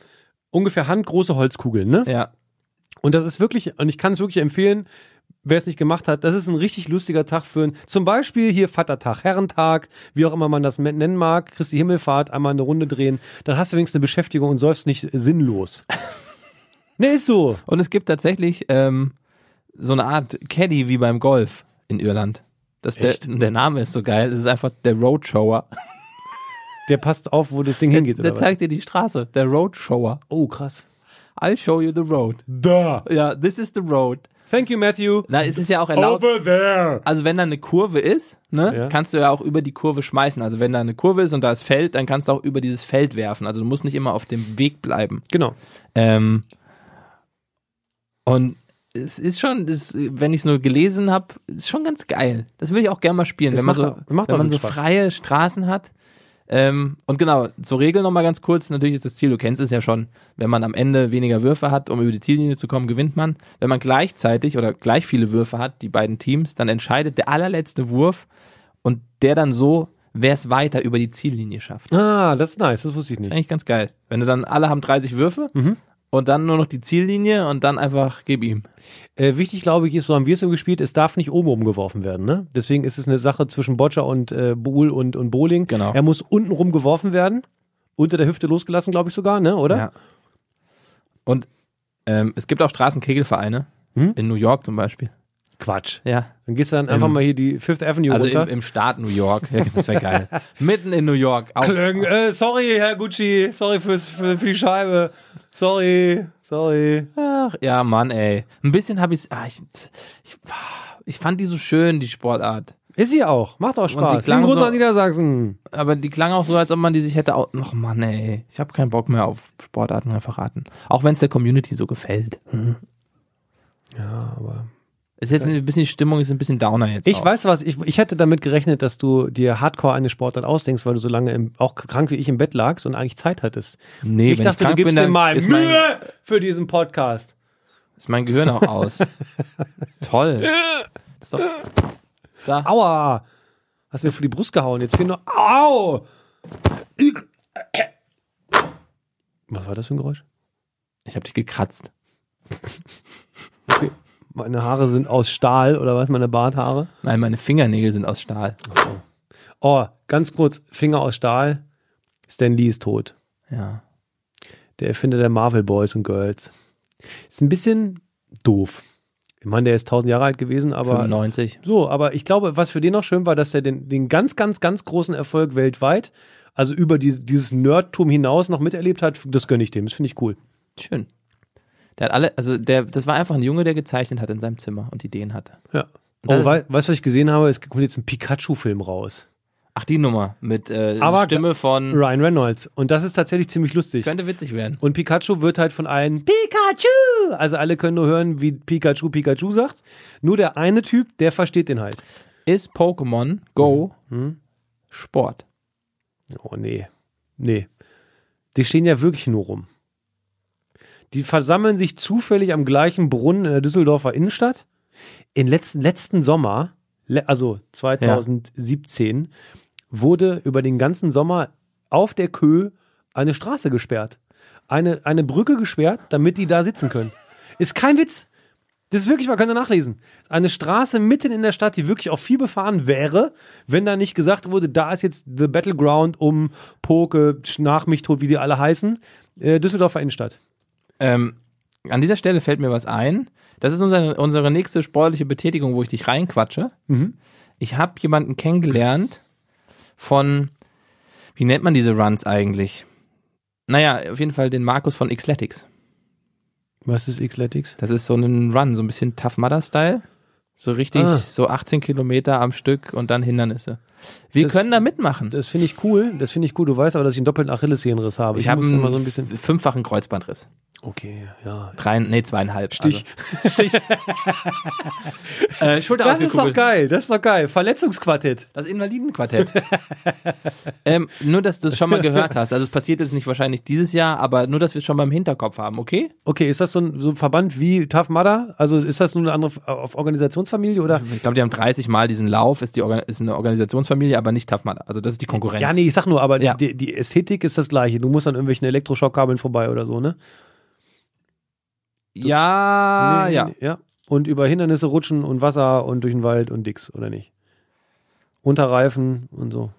S1: ungefähr handgroße Holzkugeln, ne?
S2: Ja.
S1: Und das ist wirklich, und ich kann es wirklich empfehlen, wer es nicht gemacht hat, das ist ein richtig lustiger Tag für ein, zum Beispiel hier Vatertag, Herrentag, wie auch immer man das nennen mag, Christi Himmelfahrt, einmal eine Runde drehen, dann hast du wenigstens eine Beschäftigung und säufst nicht sinnlos. ne, ist so.
S2: Und es gibt tatsächlich ähm, so eine Art Caddy wie beim Golf in Irland. Das der,
S1: Echt?
S2: der Name ist so geil. Das ist einfach der Roadshower.
S1: Der passt auf, wo das Ding
S2: Der,
S1: hingeht.
S2: der
S1: oder was?
S2: zeigt dir die Straße. Der Roadshower.
S1: Oh, krass.
S2: I'll show you the road.
S1: Da.
S2: Ja, this is the road.
S1: Thank you, Matthew.
S2: Na, es ist ja auch erlaubt.
S1: there.
S2: Also wenn da eine Kurve ist, ne,
S1: Ja.
S2: kannst du ja auch über die Kurve schmeißen. Also wenn da eine Kurve ist und da ist Feld, dann kannst du auch über dieses Feld werfen. Also du musst nicht immer auf dem Weg bleiben.
S1: Genau.
S2: Ähm, und es ist schon, es, wenn ich es nur gelesen habe, ist schon ganz geil. Das würde ich auch gerne mal spielen,
S1: Das
S2: wenn man so,
S1: macht auch- macht
S2: wenn
S1: auch
S2: man so
S1: Spaß.
S2: freie Straßen hat. Ähm, und genau, zur Regel nochmal ganz kurz. Natürlich ist das Ziel, du kennst es ja schon, wenn man am Ende weniger Würfe hat, um über die Ziellinie zu kommen, gewinnt man. Wenn man gleichzeitig oder gleich viele Würfe hat, die beiden Teams, dann entscheidet der allerletzte Wurf und der dann so, wer es weiter über die Ziellinie schafft.
S1: Ah, das ist nice, das wusste ich nicht.
S2: Eigentlich ganz geil. Wenn du dann alle haben 30 Würfe und dann nur noch die Ziellinie und dann einfach gib ihm.
S1: Äh, wichtig, glaube ich, ist, so haben wir es so gespielt, es darf nicht oben rumgeworfen werden. Ne? Deswegen ist es eine Sache zwischen Boccia und äh, Buhl und, und Bowling.
S2: Genau.
S1: Er muss unten rum geworfen werden, unter der Hüfte losgelassen, glaube ich sogar, ne? oder?
S2: Ja. Und ähm, es gibt auch Straßenkegelvereine. In New York zum Beispiel.
S1: Quatsch.
S2: Ja.
S1: Dann gehst du dann einfach mal hier die Fifth Avenue
S2: Also im,
S1: runter.
S2: im Staat New York. Ja, das wäre geil. Mitten in New York. Auf,
S1: Klöng. Äh, sorry, Herr Gucci, sorry fürs, für, für die Scheibe. Sorry, sorry.
S2: Ach, ja, Mann, ey. Ein bisschen habe ich, ah, ich, ich. Ich fand die so schön, die Sportart.
S1: Ist sie auch, macht auch Spaß.
S2: klang
S1: Lieben Gruß
S2: so-
S1: an Niedersachsen.
S2: Aber die klang auch so, als ob man die sich hätte. au- Ach, Mann, ey. Ich habe keinen Bock mehr auf Sportarten mehr verraten. Auch wenn es der Community so gefällt. Hm.
S1: Ja, aber
S2: Ist jetzt ein bisschen die Stimmung, ist ein bisschen Downer jetzt.
S1: Ich
S2: auch.
S1: weiß was, ich, ich hätte damit gerechnet, dass du dir hardcore eine Sportart ausdenkst, weil du so lange im, auch krank wie ich im Bett lagst und eigentlich Zeit hattest.
S2: Nee,
S1: ich
S2: wenn
S1: dachte,
S2: ich
S1: du
S2: krank bin,
S1: gibst dir
S2: dann
S1: mal
S2: ist, mein,
S1: Mühe für diesen Podcast.
S2: ist mein Gehirn auch aus. Toll. Das ist doch, da.
S1: Aua! Hast mir vor die Brust gehauen. Jetzt fehlt nur. Au! Was war das für ein Geräusch?
S2: Ich habe dich gekratzt.
S1: Okay. Meine Haare sind aus Stahl oder was? Meine Barthaare?
S2: Nein, meine Fingernägel sind aus Stahl.
S1: Oh, ganz kurz, Finger aus Stahl. Stan Lee ist tot.
S2: Ja.
S1: Der Erfinder der Marvel Boys und Girls. Ist ein bisschen doof. Ich meine, der ist 1000 Jahre alt gewesen, aber
S2: 95.
S1: so, aber ich glaube, was für den noch schön war, dass er den, den ganz, ganz, ganz großen Erfolg weltweit, also über die, dieses Nerdtum hinaus noch miterlebt hat, das gönne ich dem, das finde ich cool.
S2: Schön. Der hat alle, also der, das war einfach ein Junge, der gezeichnet hat in seinem Zimmer und Ideen hatte.
S1: Ja.
S2: Und
S1: Oh,
S2: das ist-
S1: wei weißt du, was ich gesehen habe? Es kommt jetzt ein Pikachu-Film raus.
S2: Ach, die Nummer mit äh,
S1: Aber-
S2: Stimme von.
S1: Ryan Reynolds. Und das ist tatsächlich ziemlich lustig.
S2: Könnte witzig werden.
S1: Und Pikachu wird halt von allen Pikachu! Also alle können nur hören, wie Pikachu Pikachu sagt. Nur der eine Typ, der versteht den halt.
S2: Ist Pokémon Go
S1: Mhm.
S2: Sport?
S1: Oh nee. Nee. Die stehen ja wirklich nur rum. Die versammeln sich zufällig am gleichen Brunnen in der Düsseldorfer Innenstadt. In letzten, letzten Sommer, le also 2017, wurde über den ganzen Sommer auf der Kö eine Straße gesperrt. Eine, eine Brücke gesperrt, damit die da sitzen können. Ist kein Witz. Das ist wirklich, man könnte nachlesen. Eine Straße mitten in der Stadt, die wirklich auch viel befahren wäre, wenn da nicht gesagt wurde, da ist jetzt the Battleground um Poke, Schnach mich tot, wie die alle heißen. Äh, Düsseldorfer Innenstadt.
S2: Ähm, an dieser Stelle fällt mir was ein. Das ist unsere, unsere nächste sportliche Betätigung, wo ich dich reinquatsche.
S1: Mhm.
S2: Ich habe jemanden kennengelernt von, wie nennt man diese Runs eigentlich? Naja, auf jeden Fall den Markus von Xletics.
S1: Was ist Xletics?
S2: Das ist so ein Run, so ein bisschen Tough Mudder Style. So richtig,
S1: Ah.
S2: so 18 Kilometer am Stück und dann Hindernisse. Wir
S1: Das-
S2: können da mitmachen.
S1: Das finde ich cool, das finde ich cool. Du weißt aber, dass ich einen doppelten Achillessehnenriss habe.
S2: Ich habe
S1: muss
S2: einen
S1: immer so ein bisschen.
S2: fünffachen Kreuzbandriss.
S1: Okay, ja.
S2: Drei, nee, zweieinhalb.
S1: Stich.
S2: Also. Stich. äh, Schulter
S1: Das ist doch
S2: ausgekurbelt.
S1: geil, das ist doch geil. Verletzungsquartett.
S2: Das Invalidenquartett. ähm, nur, dass du es schon mal gehört hast. Also es passiert jetzt nicht wahrscheinlich dieses Jahr, aber nur, dass wir es schon mal im Hinterkopf haben, okay?
S1: Okay, ist das so ein, so ein Verband wie Tough Mudder? Also ist das nun eine andere auf Organisationsfamilie oder?
S2: Ich glaube, die haben 30 Mal diesen Lauf, ist, die Organ ist eine Organisationsfamilie, aber nicht Tafmada. Also das ist die Konkurrenz.
S1: Ja, nee, ich sag nur, aber
S2: Ja.
S1: die, die Ästhetik ist das gleiche. Du musst an irgendwelchen Elektroschockkabeln vorbei oder so, ne?
S2: Ja,
S1: Nee,
S2: Ah, ja.
S1: nee, ja. Und über Hindernisse rutschen und Wasser und durch den Wald und Dix, oder nicht? Unterreifen und so.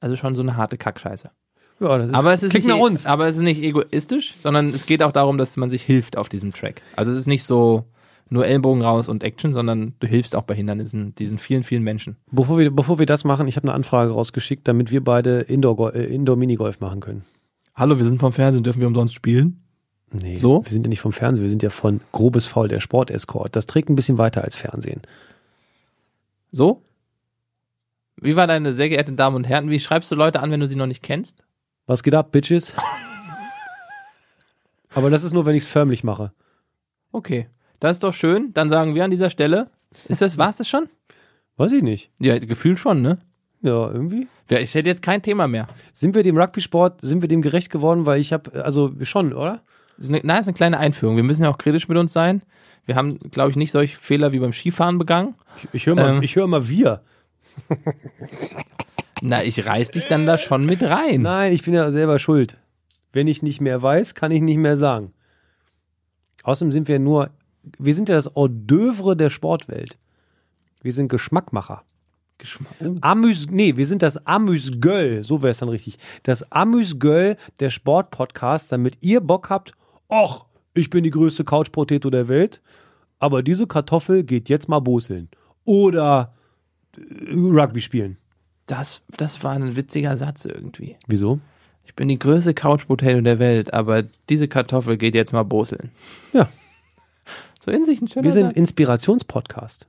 S2: Also schon so eine harte Kackscheiße.
S1: Ja, das ist,
S2: Aber es ist
S1: klingt
S2: nicht
S1: nach
S2: e-
S1: uns.
S2: Aber es ist nicht egoistisch, sondern es geht auch darum, dass man sich hilft auf diesem Track. Also es ist nicht so nur Ellbogen raus und Action, sondern du hilfst auch bei Hindernissen diesen vielen, vielen Menschen.
S1: Bevor wir, bevor wir das machen, ich habe eine Anfrage rausgeschickt, damit wir beide Indoor, äh, Indoor Minigolf machen können.
S2: Hallo, wir sind vom Fernsehen, dürfen wir umsonst spielen?
S1: Nee,
S2: So?
S1: wir sind ja nicht vom Fernsehen, wir sind ja von Grobes Faul, der Sportescort. Das trägt ein bisschen weiter als Fernsehen.
S2: So? Wie war deine sehr geehrten Damen und Herren? Wie schreibst du Leute an, wenn du sie noch nicht kennst?
S1: Was geht ab, Bitches? aber das ist nur, wenn ich es förmlich mache.
S2: Okay, das ist doch schön. Dann sagen wir an dieser Stelle, ist das, war's das schon?
S1: Weiß ich nicht.
S2: Ja, Gefühl schon, ne?
S1: Ja, irgendwie.
S2: Ja, Ich hätte jetzt kein Thema mehr.
S1: Sind wir dem Rugby-Sport, sind wir dem gerecht geworden? Weil ich habe, also schon, oder?
S2: Ist eine, na, ist eine kleine Einführung. Wir müssen ja auch kritisch mit uns sein. Wir haben, glaube ich, nicht solche Fehler wie beim Skifahren begangen.
S1: Ich, ich höre mal,
S2: Ähm.
S1: ich höre mal wir.
S2: Na, ich reiß dich dann da schon mit rein.
S1: Nein, ich bin ja selber schuld. Wenn ich nicht mehr weiß, kann ich nicht mehr sagen. Außerdem sind wir nur, wir sind ja das Hors d'oeuvre der Sportwelt. Wir sind Geschmackmacher.
S2: Geschmack.
S1: Amüs, nee, wir sind das Amüsgöll, so wäre es dann richtig. Das Amüsgöll der Sportpodcast, damit ihr Bock habt, och, ich bin die größte Couch-Potato der Welt, aber diese Kartoffel geht jetzt mal boseln. Oder äh, Rugby spielen.
S2: Das, das war ein witziger Satz irgendwie.
S1: Wieso?
S2: Ich bin die größte Couch-Potato der Welt, aber diese Kartoffel geht jetzt mal boseln.
S1: Ja.
S2: So in sich ein schöner
S1: Wir sind
S2: Satz.
S1: Inspirationspodcast.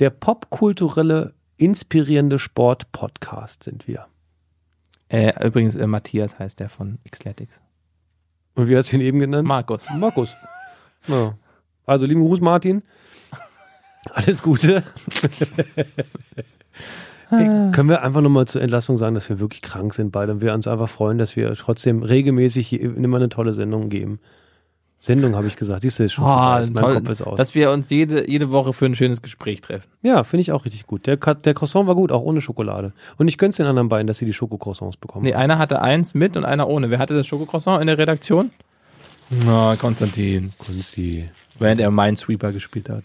S1: Der popkulturelle, inspirierende Sport-Podcast sind wir.
S2: Äh, übrigens, äh, Matthias heißt der von Xletics.
S1: Und wie hast du ihn eben genannt?
S2: Markus.
S1: Markus. Ja. Also lieben Gruß, Martin. Alles Gute. Ey, können wir einfach nochmal zur Entlassung sagen, dass wir wirklich krank sind beide und wir uns einfach freuen, dass wir trotzdem regelmäßig hier immer eine tolle Sendung geben. Sendung habe ich gesagt, siehst du, ist schon vorbei, jetzt Ah, mein
S2: Oh, toll,
S1: Kopf ist aus.
S2: dass wir uns jede, jede Woche für ein schönes Gespräch treffen.
S1: ja, finde ich auch richtig gut. Der, Ka- der Croissant war gut, auch ohne Schokolade. Und ich gönn's den anderen beiden, dass sie die Schokocroissants bekommen.
S2: Nee, einer hatte eins mit und einer ohne. Wer hatte das Schokocroissant in der Redaktion? Na, Konstantin.
S1: Kunzi.
S2: Während er Minesweeper gespielt hat.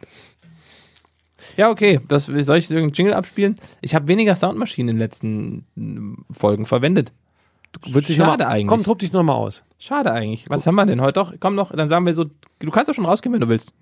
S2: Ja, okay. Das, soll ich irgendeinen Jingle abspielen? Ich habe weniger Soundmaschinen in den letzten mm, Folgen verwendet.
S1: Wird sich noch
S2: Schade
S1: mal,
S2: eigentlich.
S1: Komm, trupp dich nochmal aus.
S2: Schade eigentlich. Was haben wir denn heute? Doch, komm noch, dann sagen wir so, du kannst doch schon rausgehen, wenn du willst.